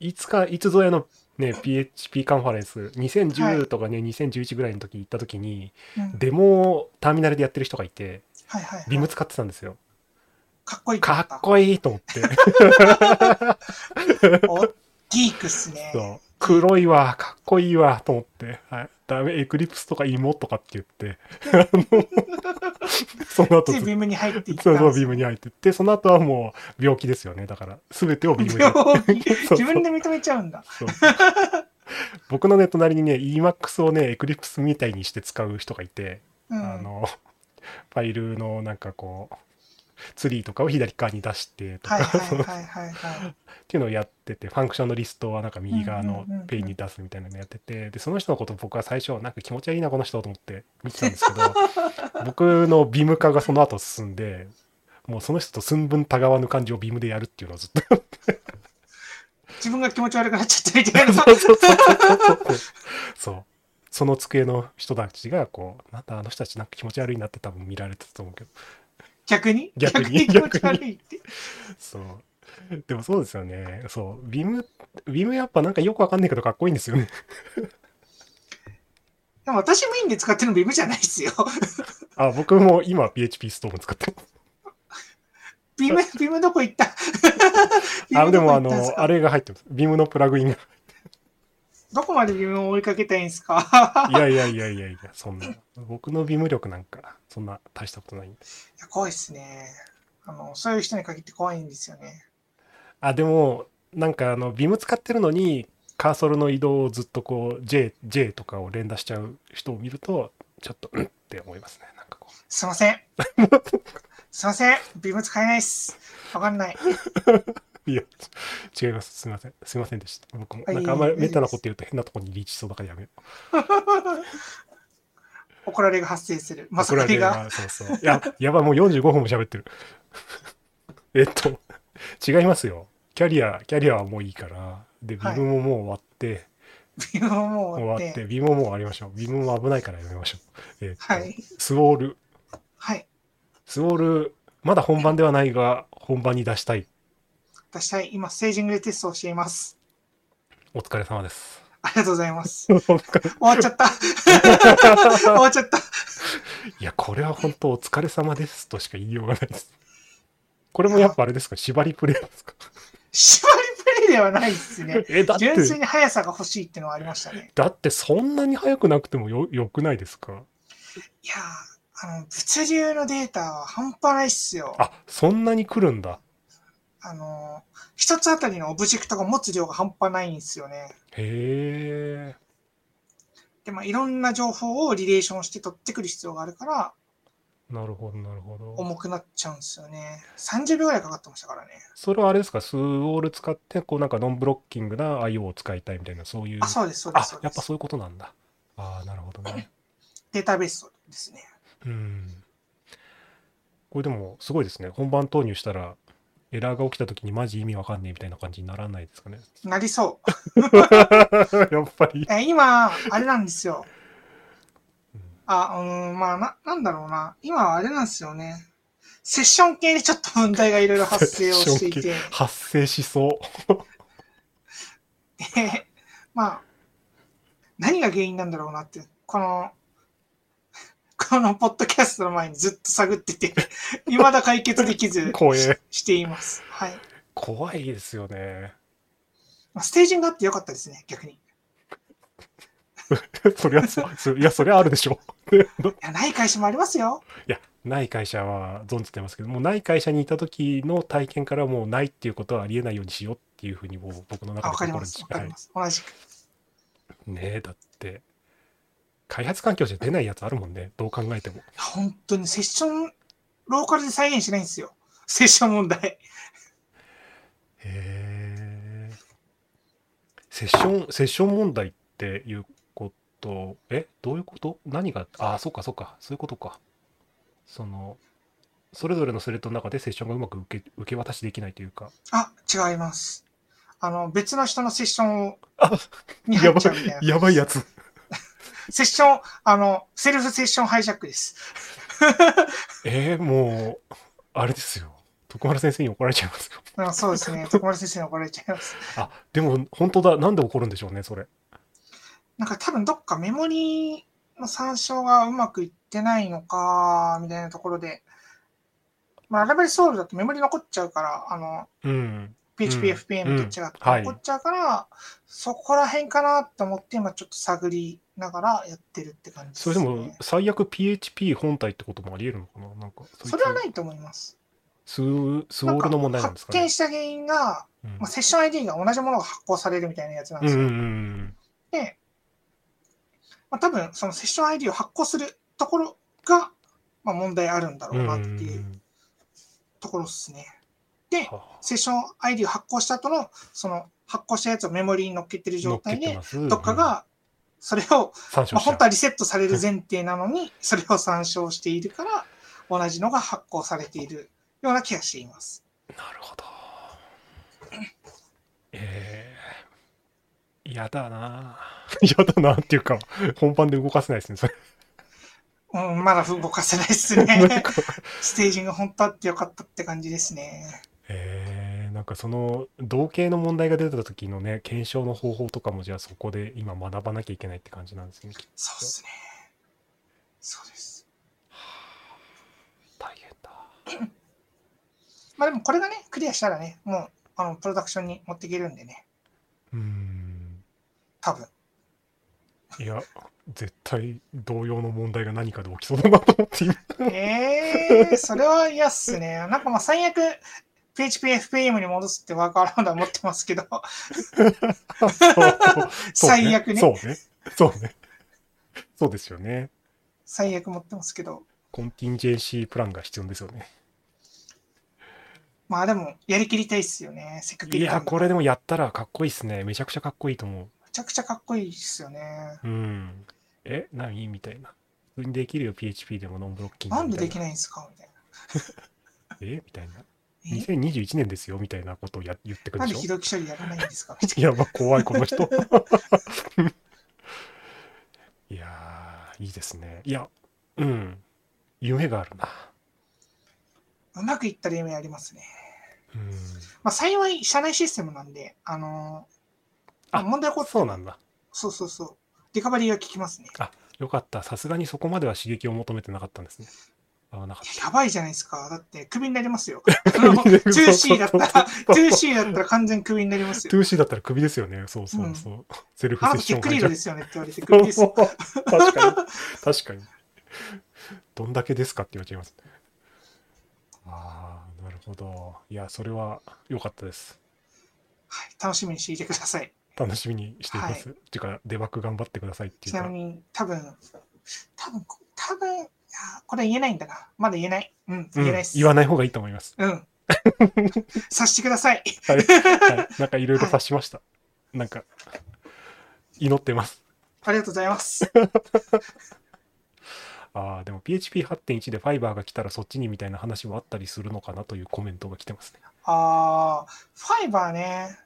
Speaker 2: いつか、いつぞやのね、PHP カンファレンス、2010とかね、2011ぐらいの時行った時に、
Speaker 3: うん
Speaker 2: デモをターミナルでやってる人がいて、
Speaker 3: はいはい。
Speaker 2: ビム使ってたんですよ。
Speaker 3: かっこいい
Speaker 2: かっ
Speaker 3: った
Speaker 2: こいいと思って。
Speaker 3: おギークっすね。
Speaker 2: そう黒いわ、かっこいいわ、と思って。はい。ダメ、エクリプスとか芋とかって言って。 あの、その後
Speaker 3: つ
Speaker 2: ず
Speaker 3: い
Speaker 2: っと
Speaker 3: ビームに入っていった
Speaker 2: そ
Speaker 3: ん
Speaker 2: う
Speaker 3: です
Speaker 2: そ
Speaker 3: よ。
Speaker 2: う、ビームに入ってって、その後はもう病気ですよね。だから、すべてをビームに。
Speaker 3: 病気
Speaker 2: そうそう
Speaker 3: 自分で認めちゃうんだ。
Speaker 2: そう僕のね、隣にね、Emacs をね、Eclipse みたいにして使う人がいて、
Speaker 3: うん、
Speaker 2: あの、ファイルのなんかこう、ツリーとかを左側に出してとか、
Speaker 3: はいはい
Speaker 2: そのっ
Speaker 3: はいはいはい。
Speaker 2: ていうのをやってて、ファンクションのリストはなんか右側の
Speaker 3: うんうんうんうん
Speaker 2: ペインに出すみたいなのやってて、で、その人のこと僕は最初、なんか気持ち悪いな、この人と思って見てたんですけど、 僕のビーム化がその後進んで、もうその人と寸分たがわぬ感じをビームでやるっていうのをずっと
Speaker 3: 自分が気持ち悪くなっちゃったみたいな。
Speaker 2: そうそうそうそうそう。その机の人たちが、こう、またあの人たちなんか気持ち悪いなって多分見られてたと思うけど。
Speaker 3: 逆に
Speaker 2: 逆に
Speaker 3: 気持ち悪いって。
Speaker 2: そう。でもそうですよね。そう。ビム、ビムやっぱなんかよくわかんないけどかっこいいんですよね。
Speaker 3: でも私メインで使ってるのビームじゃないっすよ。
Speaker 2: あ、僕も今 PHP ストーム使ってます
Speaker 3: ビーム、ビームどこ行ったビ ー
Speaker 2: あ、
Speaker 3: ム
Speaker 2: で
Speaker 3: どこ
Speaker 2: もあ
Speaker 3: 行ったんす
Speaker 2: の、
Speaker 3: か
Speaker 2: あれが入ってます。ビムのプラグ インが。
Speaker 3: どこまでビームを追いかけたいんですか
Speaker 2: いやいやいやいやいや、そんな。僕のビム力なんか、そんな大したことないんで。
Speaker 3: いや怖いっすね。あの、そういう人に限って怖いんですよね。
Speaker 2: あ、でも、なんかあの、ビム使ってるのに、カーソルの移動をずっとこう、J、J とかを連打しちゃう人を見ると、ちょっと、うんって思いますね。なんかこ
Speaker 3: すい ません。すいません。ビーム使えないっす。わかんない。
Speaker 2: う。いや、違います。すいません。すいませんでした。僕も。
Speaker 3: あいえ
Speaker 2: な
Speaker 3: いえ
Speaker 2: んかあんまりメタなこと言うと変なとこにリーチしそうだからやめよう。
Speaker 3: 怒られが発生する。まさか
Speaker 2: 怒
Speaker 3: り
Speaker 2: られ
Speaker 3: が。
Speaker 2: るなそうそう。いや、 やばい、もう45分も喋ってる。 えっと、違いますよ。キャリア、キャリアはもういいから。で、ビ
Speaker 3: はい
Speaker 2: ムももう終わって、
Speaker 3: ビームをもう
Speaker 2: 終
Speaker 3: 終わ
Speaker 2: わ
Speaker 3: っ。
Speaker 2: ってて、ビムももう終わりましょう。ビムも危ないからやめましょう。えっと
Speaker 3: はい。
Speaker 2: スウォール。
Speaker 3: はい。
Speaker 2: スウォール、まだ本番ではないが、本番に出したい。
Speaker 3: 私は今、ステージングでテストをしています。
Speaker 2: お疲れ様です。
Speaker 3: ありがとうございます。
Speaker 2: お疲れ
Speaker 3: 終わっちゃった。終わっちゃっ た。
Speaker 2: いや、これは本当お疲れ様ですとしか言いようがないです。これもやっぱあれ ですか縛りプレイですか
Speaker 3: 縛りプレイではないですね。
Speaker 2: え、だっ
Speaker 3: 純粋
Speaker 2: て、
Speaker 3: に速さが欲しいっていうのはありましたね。
Speaker 2: だってそんなに速くなくてもよよくないですか
Speaker 3: いやーあの、物流のデータは半端ないっすよ。
Speaker 2: あ、そんなに来るんだ。
Speaker 3: あの、一つあたりのオブジェクトが持つ量が半端ないんですよね。
Speaker 2: へえ。
Speaker 3: で、まあ、いろんな情報をリレーションして取ってくる必要があるから、
Speaker 2: なるほど、なるほど。
Speaker 3: 重くなっちゃうんですよね。30秒ぐらいかかってましたからね。
Speaker 2: それはあれですか、スウォール使って、こうなんかノンブロッキングな IO を使いたいみたいな、そういう。
Speaker 3: あ、そうです、そうで
Speaker 2: あ
Speaker 3: す、そう
Speaker 2: や
Speaker 3: で
Speaker 2: っぱ
Speaker 3: す。
Speaker 2: そういうことなんだ。ああ、なるほどね。
Speaker 3: データベースですね。
Speaker 2: うん。これでも、すごいですね。本番投入したら、エラーが起きたときにマジ意味わかんねえみたいな感じにならないです かね。
Speaker 3: なりそう。
Speaker 2: やっぱり。
Speaker 3: え今、あれなんですよ
Speaker 2: うん。
Speaker 3: あ、うーん、まあ、な、なんだろうな。今はあれなんですよね。セッション系にちょっと問題がいろいろ発生をしていて。
Speaker 2: 発生しそう。
Speaker 3: で、 まあ、何が原因なんだろうなって、この、このポッドキャストの前にずっと探ってて、未だ解決でき ず
Speaker 2: 怖え
Speaker 3: ししています。はい。
Speaker 2: 怖いですよね。
Speaker 3: まあステージングあってよかったですね、逆に。い
Speaker 2: そりゃそう、そいや、そりゃあるでしょ。で
Speaker 3: や、ない会社もありますよ。
Speaker 2: いや、ない会社は存じてますけど、もうない会社にいた時の体験からもうないっていうことはありえないようにしようっていうふうにもう僕の
Speaker 3: あ、
Speaker 2: 中
Speaker 3: わ
Speaker 2: で
Speaker 3: か
Speaker 2: 心
Speaker 3: りま
Speaker 2: に
Speaker 3: す。わか
Speaker 2: は
Speaker 3: り
Speaker 2: い
Speaker 3: ます。同じく。
Speaker 2: ねえ、だって、開発環境じゃ出ないやつあるもんね、どう考えても。
Speaker 3: 本当にセッション、ローカルで再現しないんですよ。セッション問題。
Speaker 2: へえ。セッション、セッション問題っていうこと、え、どういうこと何が、ああ、そうかそうか、そういうことか。その、それぞれのスレッドの中でセッションがうまく受け受け渡しできないというか。
Speaker 3: あ、違います。あの、別の人のセッションを
Speaker 2: あ、
Speaker 3: に入っちゃうみたいな。
Speaker 2: やばいやつ。
Speaker 3: セッション、あの、セルフセッションハイジャックです。
Speaker 2: えー、もう、あれですよ。徳丸先生に怒られちゃいますよ。
Speaker 3: あそうです ね。徳丸先生に怒られちゃいます。
Speaker 2: あ、でも、本当だ。なんで怒るんでしょうね、それ。
Speaker 3: なんか多分どっかメモリの参照がうまくいってないのか、みたいなところで。まあ、ラベルソウルだとメモリ残っちゃうから、あの、
Speaker 2: うん。
Speaker 3: PHP、
Speaker 2: うん
Speaker 3: FPM と違って
Speaker 2: うんはい
Speaker 3: 残っちゃうから、そこら辺かなと思って、今ちょっと探りながらやってるって感じです、
Speaker 2: それでも、、最悪 PHP 本体ってこともあり得るのかななんか、
Speaker 3: それはないいと思います。
Speaker 2: つ。スウスウォールの問題なんですか
Speaker 3: 発
Speaker 2: ね
Speaker 3: 見。した原因が、
Speaker 2: うん
Speaker 3: まあ、セッション ID が同じものが発行されるみたいなやつなん
Speaker 2: うん
Speaker 3: です
Speaker 2: う
Speaker 3: よ。
Speaker 2: んうん
Speaker 3: で、まあ、多分そのセッション ID を発行するところが、まあ、問題あるんだ
Speaker 2: う。
Speaker 3: ろうんなっ
Speaker 2: う
Speaker 3: て
Speaker 2: ん
Speaker 3: いう
Speaker 2: うん
Speaker 3: ところですね。
Speaker 2: うんはあ
Speaker 3: セッション ID を発行した後の、その発行したやつをメモリに乗っけてる
Speaker 2: 乗
Speaker 3: 状
Speaker 2: っけ
Speaker 3: 態
Speaker 2: て
Speaker 3: で
Speaker 2: ま、す。
Speaker 3: どっか
Speaker 2: うん、
Speaker 3: がそれ
Speaker 2: 参
Speaker 3: を、
Speaker 2: 照
Speaker 3: まあ、
Speaker 2: しちゃ
Speaker 3: 本当はリセットされる前提なのに、 それを参照しているから、同じのが発行されているような気がしています。
Speaker 2: うなるほど。えー。嫌だな 嫌だなっていうか、本番で動かせないですね、それ。
Speaker 3: うん、まだ動かせないです
Speaker 2: なん
Speaker 3: ね。
Speaker 2: か
Speaker 3: ステージング本当あってよかったって感じですね。
Speaker 2: えー、なんかその同型の問題が出た時のね検証の方法とかもじゃあそこで今学ばなきゃいけないって感じなんですねきっと
Speaker 3: そうですね。そうです。
Speaker 2: 大変だ
Speaker 3: まあでもこれがね、クリアしたらね、もうあのプロダクションに持っていけるんでね、
Speaker 2: うーん
Speaker 3: 多分。
Speaker 2: いや絶対同様の問題が何かで起きそうだなと思って今
Speaker 3: えー、それは嫌っすね。なんかまあ最悪、PHP、FPM に戻すってワークアラウンドは持ってますけど、最悪ね
Speaker 2: そうねそうねそうですよね
Speaker 3: 最悪持ってますけど、
Speaker 2: コンティンジェンシープランが必要ですよね
Speaker 3: まあでも、やりきりたいっすよね。せっかく
Speaker 2: い
Speaker 3: やりた
Speaker 2: や
Speaker 3: んだ
Speaker 2: これでもやったらかっこいいっすねめちゃくちゃかっこいいと思
Speaker 3: めちゃくちゃかっこいいっすよね。
Speaker 2: ううんえ何みたいな普通にできるよ PHP でもノンブロッキング
Speaker 3: なんでで
Speaker 2: みた
Speaker 3: き
Speaker 2: い
Speaker 3: ないんすかみたい
Speaker 2: えみたいな
Speaker 3: な。え
Speaker 2: 2021年ですよみたいなことをや言ってくる
Speaker 3: なん
Speaker 2: でしょ
Speaker 3: でひどき処理やらないんですかみたい
Speaker 2: いやば怖いこの人 いやーいいですねいやうん夢があるな
Speaker 3: な。うまくいったら夢ありますね。
Speaker 2: うん
Speaker 3: まあ幸い、社内システムなんで、あのー
Speaker 2: あ
Speaker 3: 問題起こって
Speaker 2: そうなんだ
Speaker 3: そうそうそう。リカバリーが効きますね。
Speaker 2: よかったさすがにそこまでは刺激を求めてなかったんですね合わなかっ
Speaker 3: やばいじゃないですか。だって、クビになりますよ。
Speaker 2: たそうそうそう
Speaker 3: 2C だったら、2C だったら完全クビになりますよ。
Speaker 2: 2C だったらクビですよねそうそうそう、セルフセッ
Speaker 3: あなた
Speaker 2: シ
Speaker 3: テ
Speaker 2: ョ
Speaker 3: ッ
Speaker 2: ン
Speaker 3: クリードですよねって言われてクビです
Speaker 2: そう
Speaker 3: よ。
Speaker 2: 確かに確かにどんだけですかって言われちゃいます。ああ、なるほど。いや、それは良かったです。
Speaker 3: はい、楽しみにしていてください。
Speaker 2: 楽しみにしています。っていうか、デバッグ頑張ってくださいってい
Speaker 3: ち
Speaker 2: う
Speaker 3: な
Speaker 2: か
Speaker 3: み、に、多分多分多分いやこれ言えないんだな。まだ言えない。うん、
Speaker 2: う
Speaker 3: 言えない
Speaker 2: ん
Speaker 3: っ、す。
Speaker 2: 言わない方がいいと思います。
Speaker 3: うん。察してください。
Speaker 2: はい。はい、なんかいろいろ察しました。なんか、祈ってます。
Speaker 3: ありがとうございます。
Speaker 2: ああ、でも PHP8.1 でファイバーが来たらそっちにみたいな話もあったりするのかなというコメントが来てますね。
Speaker 3: ああ、ファイバーね、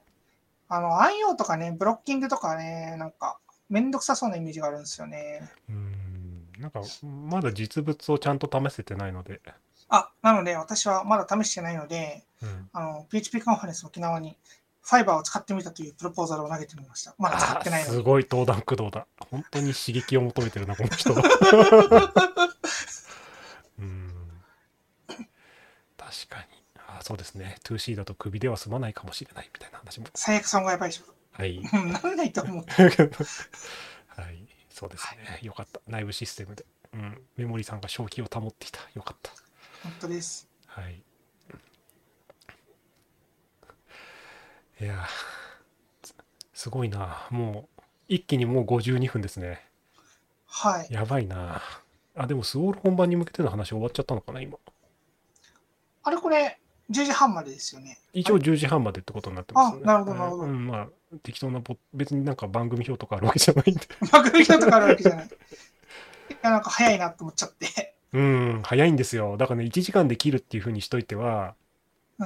Speaker 3: あの、IO とかね、ブロッキングとかね、なんか、めんどくさそうなイメージがあるんですよね。
Speaker 2: うーん、なんか、まだ実物をちゃんと試せてないので、
Speaker 3: あ、なので、私はまだ試してないので、
Speaker 2: うん、
Speaker 3: あの、PHP カンファレンス沖縄に、ファイバーを使ってみたというプロポーザルを投げてみました。まだ使
Speaker 2: あ
Speaker 3: って
Speaker 2: ー
Speaker 3: ないの
Speaker 2: す
Speaker 3: で。
Speaker 2: ごい登壇駆動だ。本当に刺激を求めてるな、この 人は。うーん、確かに。あーそうですね。2C だと首では済まないかもしれないみたいな話も。
Speaker 3: 最悪損害賠償。
Speaker 2: はい。
Speaker 3: うんなんないと思う。
Speaker 2: はい、そうですね。よかった。内部システムで。うん、メモリさんが正気を保っていた。よかった。
Speaker 3: 本当です。
Speaker 2: はい。いやー、すすごいな。もう、一気にもう52分ですね。
Speaker 3: はい。
Speaker 2: やばいな。あ、でも、スウォール本番に向けての話終わっちゃったのかな、今。
Speaker 3: あれこれ、10時半までですよね。
Speaker 2: 一応10時半までってことになってますよね。
Speaker 3: あなるほどなるほど
Speaker 2: うん、まあ、適当なポ、別になんか番組表とかあるわけじゃないんで。
Speaker 3: 番組表とかあるわけじゃない。いや、なんか早いなと思っちゃって。
Speaker 2: うん、早いんですよ。だからね、1時間で切るっていうふうにしといては、
Speaker 3: うん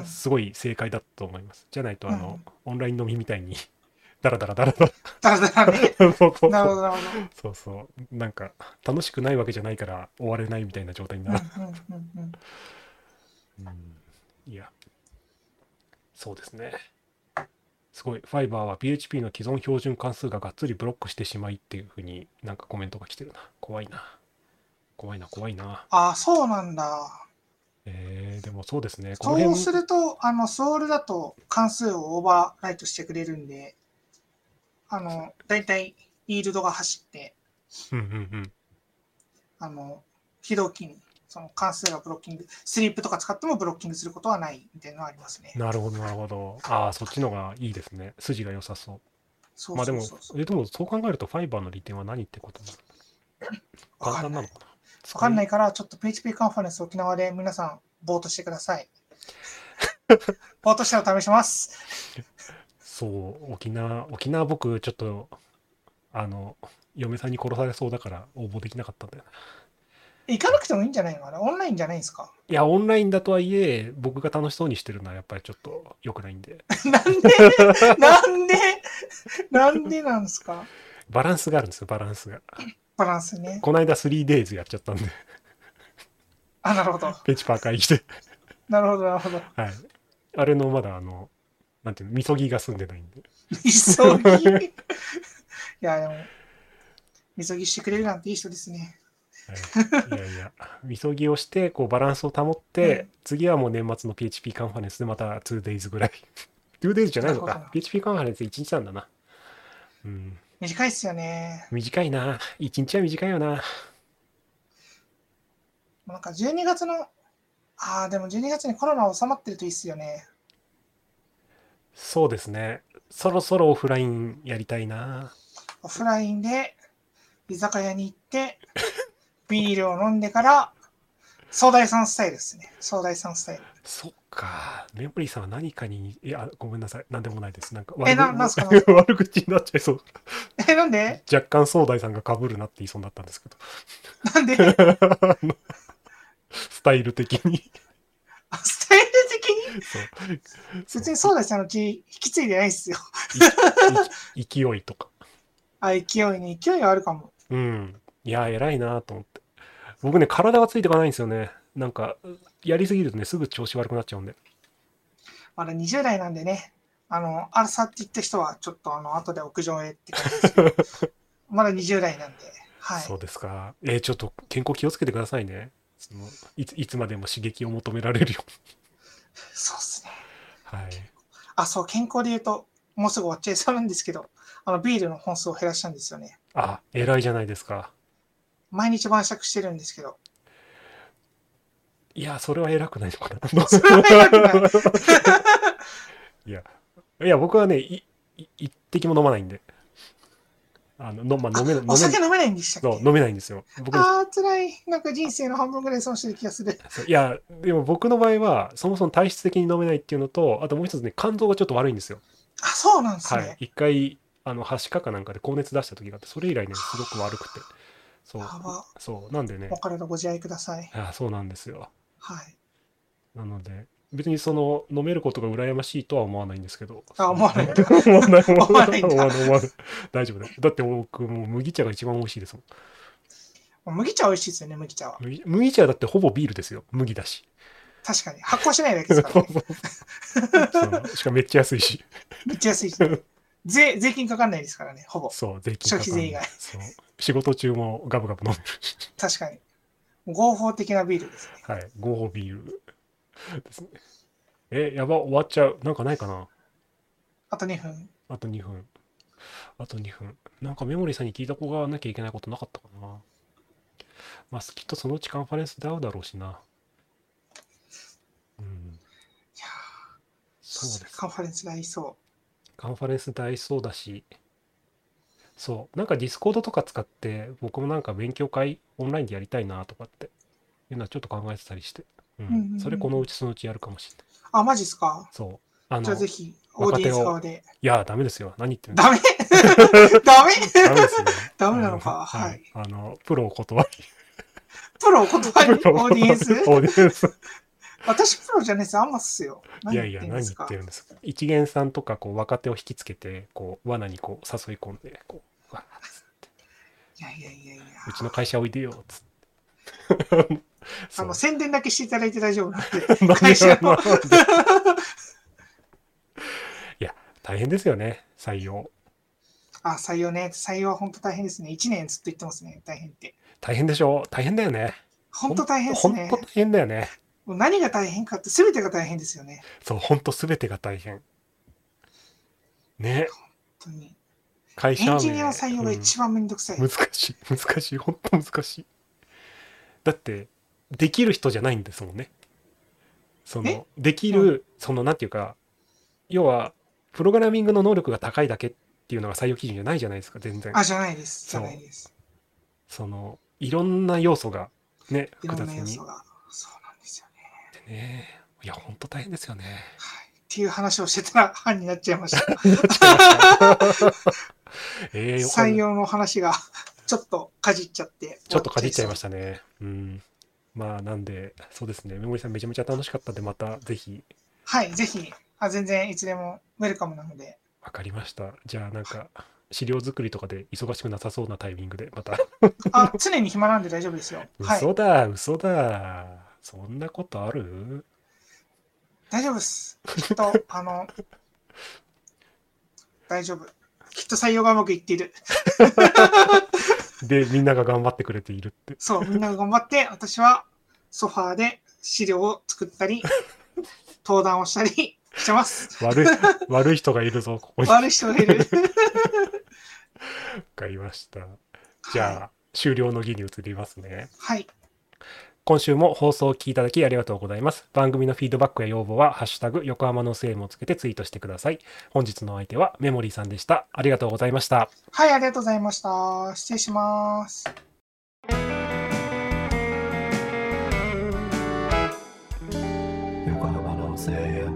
Speaker 2: すごい正解だと思います。じゃないと、あの、オンライン飲みみたいに、 ダラダラダラダラ。
Speaker 3: だらだらね。
Speaker 2: そうそうそう
Speaker 3: なるほど、なるほど。
Speaker 2: そうそう。なんか、楽しくないわけじゃないから、終われないみたいな状態になる。
Speaker 3: うんうんうんうん
Speaker 2: いや、そうですね。すごい、ファイバーは PHP の既存標準関数ががっつりブロックしてしまいっていうふうになんかコメントが来てるな。怖いな。怖いな、怖いな。
Speaker 3: ああ、そうなんだ。
Speaker 2: えー、でもそうですね。この
Speaker 3: そう
Speaker 2: 辺
Speaker 3: すると、あの、ソウルだと関数をオーバーライトしてくれるんで、あの、だいたいイールドが走って、
Speaker 2: うんうんうん。
Speaker 3: あの、非同期に、その関数がブロッキング、スリープとか使ってもブロッキングすることはないみたいなのがありますね。
Speaker 2: なるほど、なるほど。ああ、そっちのがいいですね。筋が良さそう。
Speaker 3: そう
Speaker 2: まあで
Speaker 3: そう
Speaker 2: も
Speaker 3: そうそ、う。
Speaker 2: えでもそう考えると、ファイバーの利点は何ってことになる
Speaker 3: わ
Speaker 2: 簡
Speaker 3: かん
Speaker 2: 単
Speaker 3: な
Speaker 2: ないの。かな。
Speaker 3: わかんないいから、ちょっと PHP カンファレンス沖縄で皆さん、ぼーっとしてください。ぼーっとしたら試します。
Speaker 2: そう、沖縄、沖縄僕、ちょっと、あの、嫁さんに殺されそうだから応募できなかったんだよな。
Speaker 3: 行かなくてもいいんじゃないのあれオンラインじゃないんですか
Speaker 2: いや、オンラインだとはいえ、僕が楽しそうにしてるのはやっぱりちょっと良くないんで、
Speaker 3: なんでなんでなんでなんですか
Speaker 2: バランスがあるんですよ、バランスが。
Speaker 3: バランスね。
Speaker 2: この間 3days やっちゃったんで、
Speaker 3: あ、なるほど。
Speaker 2: ペチパー会議で。
Speaker 3: なるほど、なるほど。
Speaker 2: はい。あれのまだ、あの、なんていうの、みそぎが済んでないんで。
Speaker 3: 急ぎ。いや、でも、みそぎしてくれるなんていい人ですね。
Speaker 2: はい、いやいや、みそぎをして、こうバランスを保って、
Speaker 3: うん
Speaker 2: 次はもう年末の PHP カンファレンスでまた 2days ぐらい。2days じゃないの
Speaker 3: なるほ
Speaker 2: か
Speaker 3: ど。
Speaker 2: PHP カンファレンス1日なんだな。うん、
Speaker 3: 短いっすよね。
Speaker 2: 短いな。1日は短いよな。
Speaker 3: なんか12月の、ああ、でも12月にコロナ収まってるといいっすよね。
Speaker 2: そうですね。そろそろオフラインやりたいな。
Speaker 3: オフラインで、居酒屋に行って、 ビールを飲んでから、総大さんスタイルですね。総大さんスタイル。
Speaker 2: そっか。メモリーさんは何かに、いや、ごめんなさい。なんでもないです。なんか
Speaker 3: えな
Speaker 2: 悪
Speaker 3: なんすか
Speaker 2: 悪口になっちゃいそう。
Speaker 3: え、なんで
Speaker 2: 若干、壮大さんが被るなって言いそうになったんですけど。
Speaker 3: なんで
Speaker 2: あのスタイル的に。
Speaker 3: あスタイル的に
Speaker 2: そう
Speaker 3: 別に総大さんのうち引き継いでないっすよ。
Speaker 2: い勢いとか。
Speaker 3: あ、勢いに勢いはあるかも。
Speaker 2: うん。いや、偉いなと思って。僕ね、体がついていかないんですよね。なんか、やりすぎるとね、すぐ調子悪くなっちゃうんで。
Speaker 3: まだ20代なんでね、あの、アルサって言った人は、ちょっとあの、後で屋上へって感じです けどまだ20代なんで、は
Speaker 2: そう
Speaker 3: い。
Speaker 2: ですか。えーちょっと健康気をつけてくださいね。そのいついつまでも刺激を求められるよ
Speaker 3: そうっすね。
Speaker 2: うに。はい。
Speaker 3: あ、そう、健康で言うと、もうすぐ終わっちゃいそうなんですけど、あの、ビールの本数を減らしたんですよね。
Speaker 2: あ、偉いじゃないですか。
Speaker 3: 毎日晩酌してるんですけど。
Speaker 2: いや、それは偉くないのか
Speaker 3: それは偉くない。
Speaker 2: な。いや、僕はね、いい一滴も飲まないんで。あの、のまあ、飲めない、飲
Speaker 3: お
Speaker 2: め
Speaker 3: 酒
Speaker 2: ない。
Speaker 3: 飲めないんでしたっ
Speaker 2: そう、
Speaker 3: け
Speaker 2: 飲めないんですよ。僕の
Speaker 3: ああ、辛い。なんか人生の半分ぐらい損してる気がする。
Speaker 2: そういや、でも僕の場合は、そもそも体質的に飲めないっていうのと、あともう一つね、肝臓がちょっと悪いんですよ。
Speaker 3: あ、そうなんですね。
Speaker 2: はい。一回、あの、はしかかなんかで高熱出した時があって、それ以来ね、すごく悪くて。そう
Speaker 3: や、ば。
Speaker 2: そう、なんでね
Speaker 3: お、体ご自愛ください。
Speaker 2: あそうなんですよ。
Speaker 3: はい。
Speaker 2: なので、別にその、飲めることが羨ましいとは思わないんですけど。
Speaker 3: あ思わないん だ
Speaker 2: 思わない、思
Speaker 3: 思
Speaker 2: わ
Speaker 3: わ
Speaker 2: な、
Speaker 3: ないいん
Speaker 2: 思
Speaker 3: だ
Speaker 2: わない、思わない。大丈夫だよ。だって僕、もう麦茶が一番美味しいですもん。
Speaker 3: 麦茶美味しいですよね、麦茶は。
Speaker 2: 麦麦茶だってほぼビールですよ。麦だし。
Speaker 3: 確かに。発酵しないだけですからね。
Speaker 2: そうしかもめっちゃ安いし。
Speaker 3: めっちゃ安いし。税、税金かかんないですからね、ほぼ。
Speaker 2: そう、税金かかんない
Speaker 3: 消費税以外
Speaker 2: そう。仕事中もガブガブ飲めるし。
Speaker 3: 確かに。合法的なビールですね。
Speaker 2: はい。ご褒ビールですね。え、やば、終わっちゃう。なんかないかな
Speaker 3: あと2分。
Speaker 2: あと2分。あと2分。なんかメモリーさんに聞いた子がなきゃいけないことなかったかな。まあ、きっとそのうちカンファレンスで会うだろうしな。うん。
Speaker 3: いやー
Speaker 2: そうです。
Speaker 3: カンファレンスが合いそ
Speaker 2: カンファレンス大そうだし、そう、なんかディスコードとか使って、僕もなんか勉強会オンラインでやりたいなとかっていうのはちょっと考えてたりして、うん
Speaker 3: うんうんうん
Speaker 2: それこのうちそのうちやるかもしれない。
Speaker 3: う。あ、マジっすか
Speaker 2: そう。あ
Speaker 3: じゃ
Speaker 2: の、
Speaker 3: あぜ
Speaker 2: い
Speaker 3: ひ、オー
Speaker 2: 若
Speaker 3: ディエ
Speaker 2: 手を
Speaker 3: ンス側で。
Speaker 2: や、ダメですよ。何言ってるんです
Speaker 3: ダ メ ダメ
Speaker 2: か。ダメですよ。
Speaker 3: ダメなのか
Speaker 2: うん
Speaker 3: はい
Speaker 2: あの、プロを断り。
Speaker 3: プロお断り
Speaker 2: プロ
Speaker 3: オーディエンス
Speaker 2: オーディエン ス。
Speaker 3: 私プロじゃないですよ、あんまっすよ。
Speaker 2: いやいや、
Speaker 3: んで
Speaker 2: 何
Speaker 3: す
Speaker 2: 言
Speaker 3: か
Speaker 2: ってるんですか。一元さんとか、こう、若手を引きつけて、こう、罠にこう、誘い込んで、こう、わ
Speaker 3: いやいやいやいや。
Speaker 2: うちの会社おいでよ、つって。
Speaker 3: あ
Speaker 2: そう
Speaker 3: の宣伝だけしていただいて大丈夫なんで。
Speaker 2: 会
Speaker 3: 会
Speaker 2: 社
Speaker 3: 社
Speaker 2: の
Speaker 3: の。
Speaker 2: いや、大変ですよね、採用。
Speaker 3: あ、採用ね。採用は本当大変ですね。1年ずっと言ってますね。大変って。
Speaker 2: 大変でしょ大変だよね。
Speaker 3: 本当大変です
Speaker 2: ほん
Speaker 3: ね
Speaker 2: ほん。と大変だよね。
Speaker 3: もう何が大変かって全てが大変ですよね。
Speaker 2: そう、ほんと全てが大変。ね、
Speaker 3: 本当に。
Speaker 2: 会社
Speaker 3: エ
Speaker 2: 名
Speaker 3: ンジニアの採用が一番めんどくさい。
Speaker 2: うん難しい、難しい、ほんと難しい。だって、できる人じゃないんですもんね。その、でき
Speaker 3: う
Speaker 2: る、その、なんていうか、要は、プログラミングの能力が高いだけっていうのが採用基準じゃないじゃないですか、全然。
Speaker 3: あ、じゃないです。じ
Speaker 2: そ
Speaker 3: ゃ
Speaker 2: う
Speaker 3: ないです。
Speaker 2: そのいろんな要素がね
Speaker 3: い
Speaker 2: 複
Speaker 3: ろん
Speaker 2: 雑
Speaker 3: な要
Speaker 2: に
Speaker 3: 素が。そうなんですよね。
Speaker 2: ってねいや本当大変ですよね
Speaker 3: はい。っていう話をしてたら、班になっちゃいました。
Speaker 2: えー、よかっ
Speaker 3: 採用の話が ちょっとかじっちゃって。。
Speaker 2: ちょっとかじっちゃいましたたねうんまあなんでそうですねメモリさんめちゃめちゃ楽しかったんでまたぜひ
Speaker 3: はい、ぜひ。あ、全然いつでもウェルカムなので。
Speaker 2: わかりましたじゃあなんか資料作りとかで忙しくなさそうなタイミングでまた
Speaker 3: あ、常に暇なんで大丈夫ですよ。はい。
Speaker 2: 嘘だ嘘だそんなことある
Speaker 3: 大丈夫です。きっと、あの、大丈夫。きっと採用がうまくいっている。
Speaker 2: でみんなが頑張ってくれているって
Speaker 3: そう、みんなが頑張って、私はソファーで資料を作っ たり、登壇をしたりしてます。
Speaker 2: 悪い悪い人がいるぞここにわ
Speaker 3: 悪い人がいる。
Speaker 2: かりました じゃあ、終了の儀に移りますね
Speaker 3: はい。
Speaker 2: 今週も放送を聞いただきありがとうございます。番組のフィードバックや要望は、ハッシュタグ、横浜のセームをつけてツイートしてください。本日のお相手はメモリーさんでした。ありがとうございました。
Speaker 3: はい、ありがとうございました。失礼します。
Speaker 4: 横浜の声援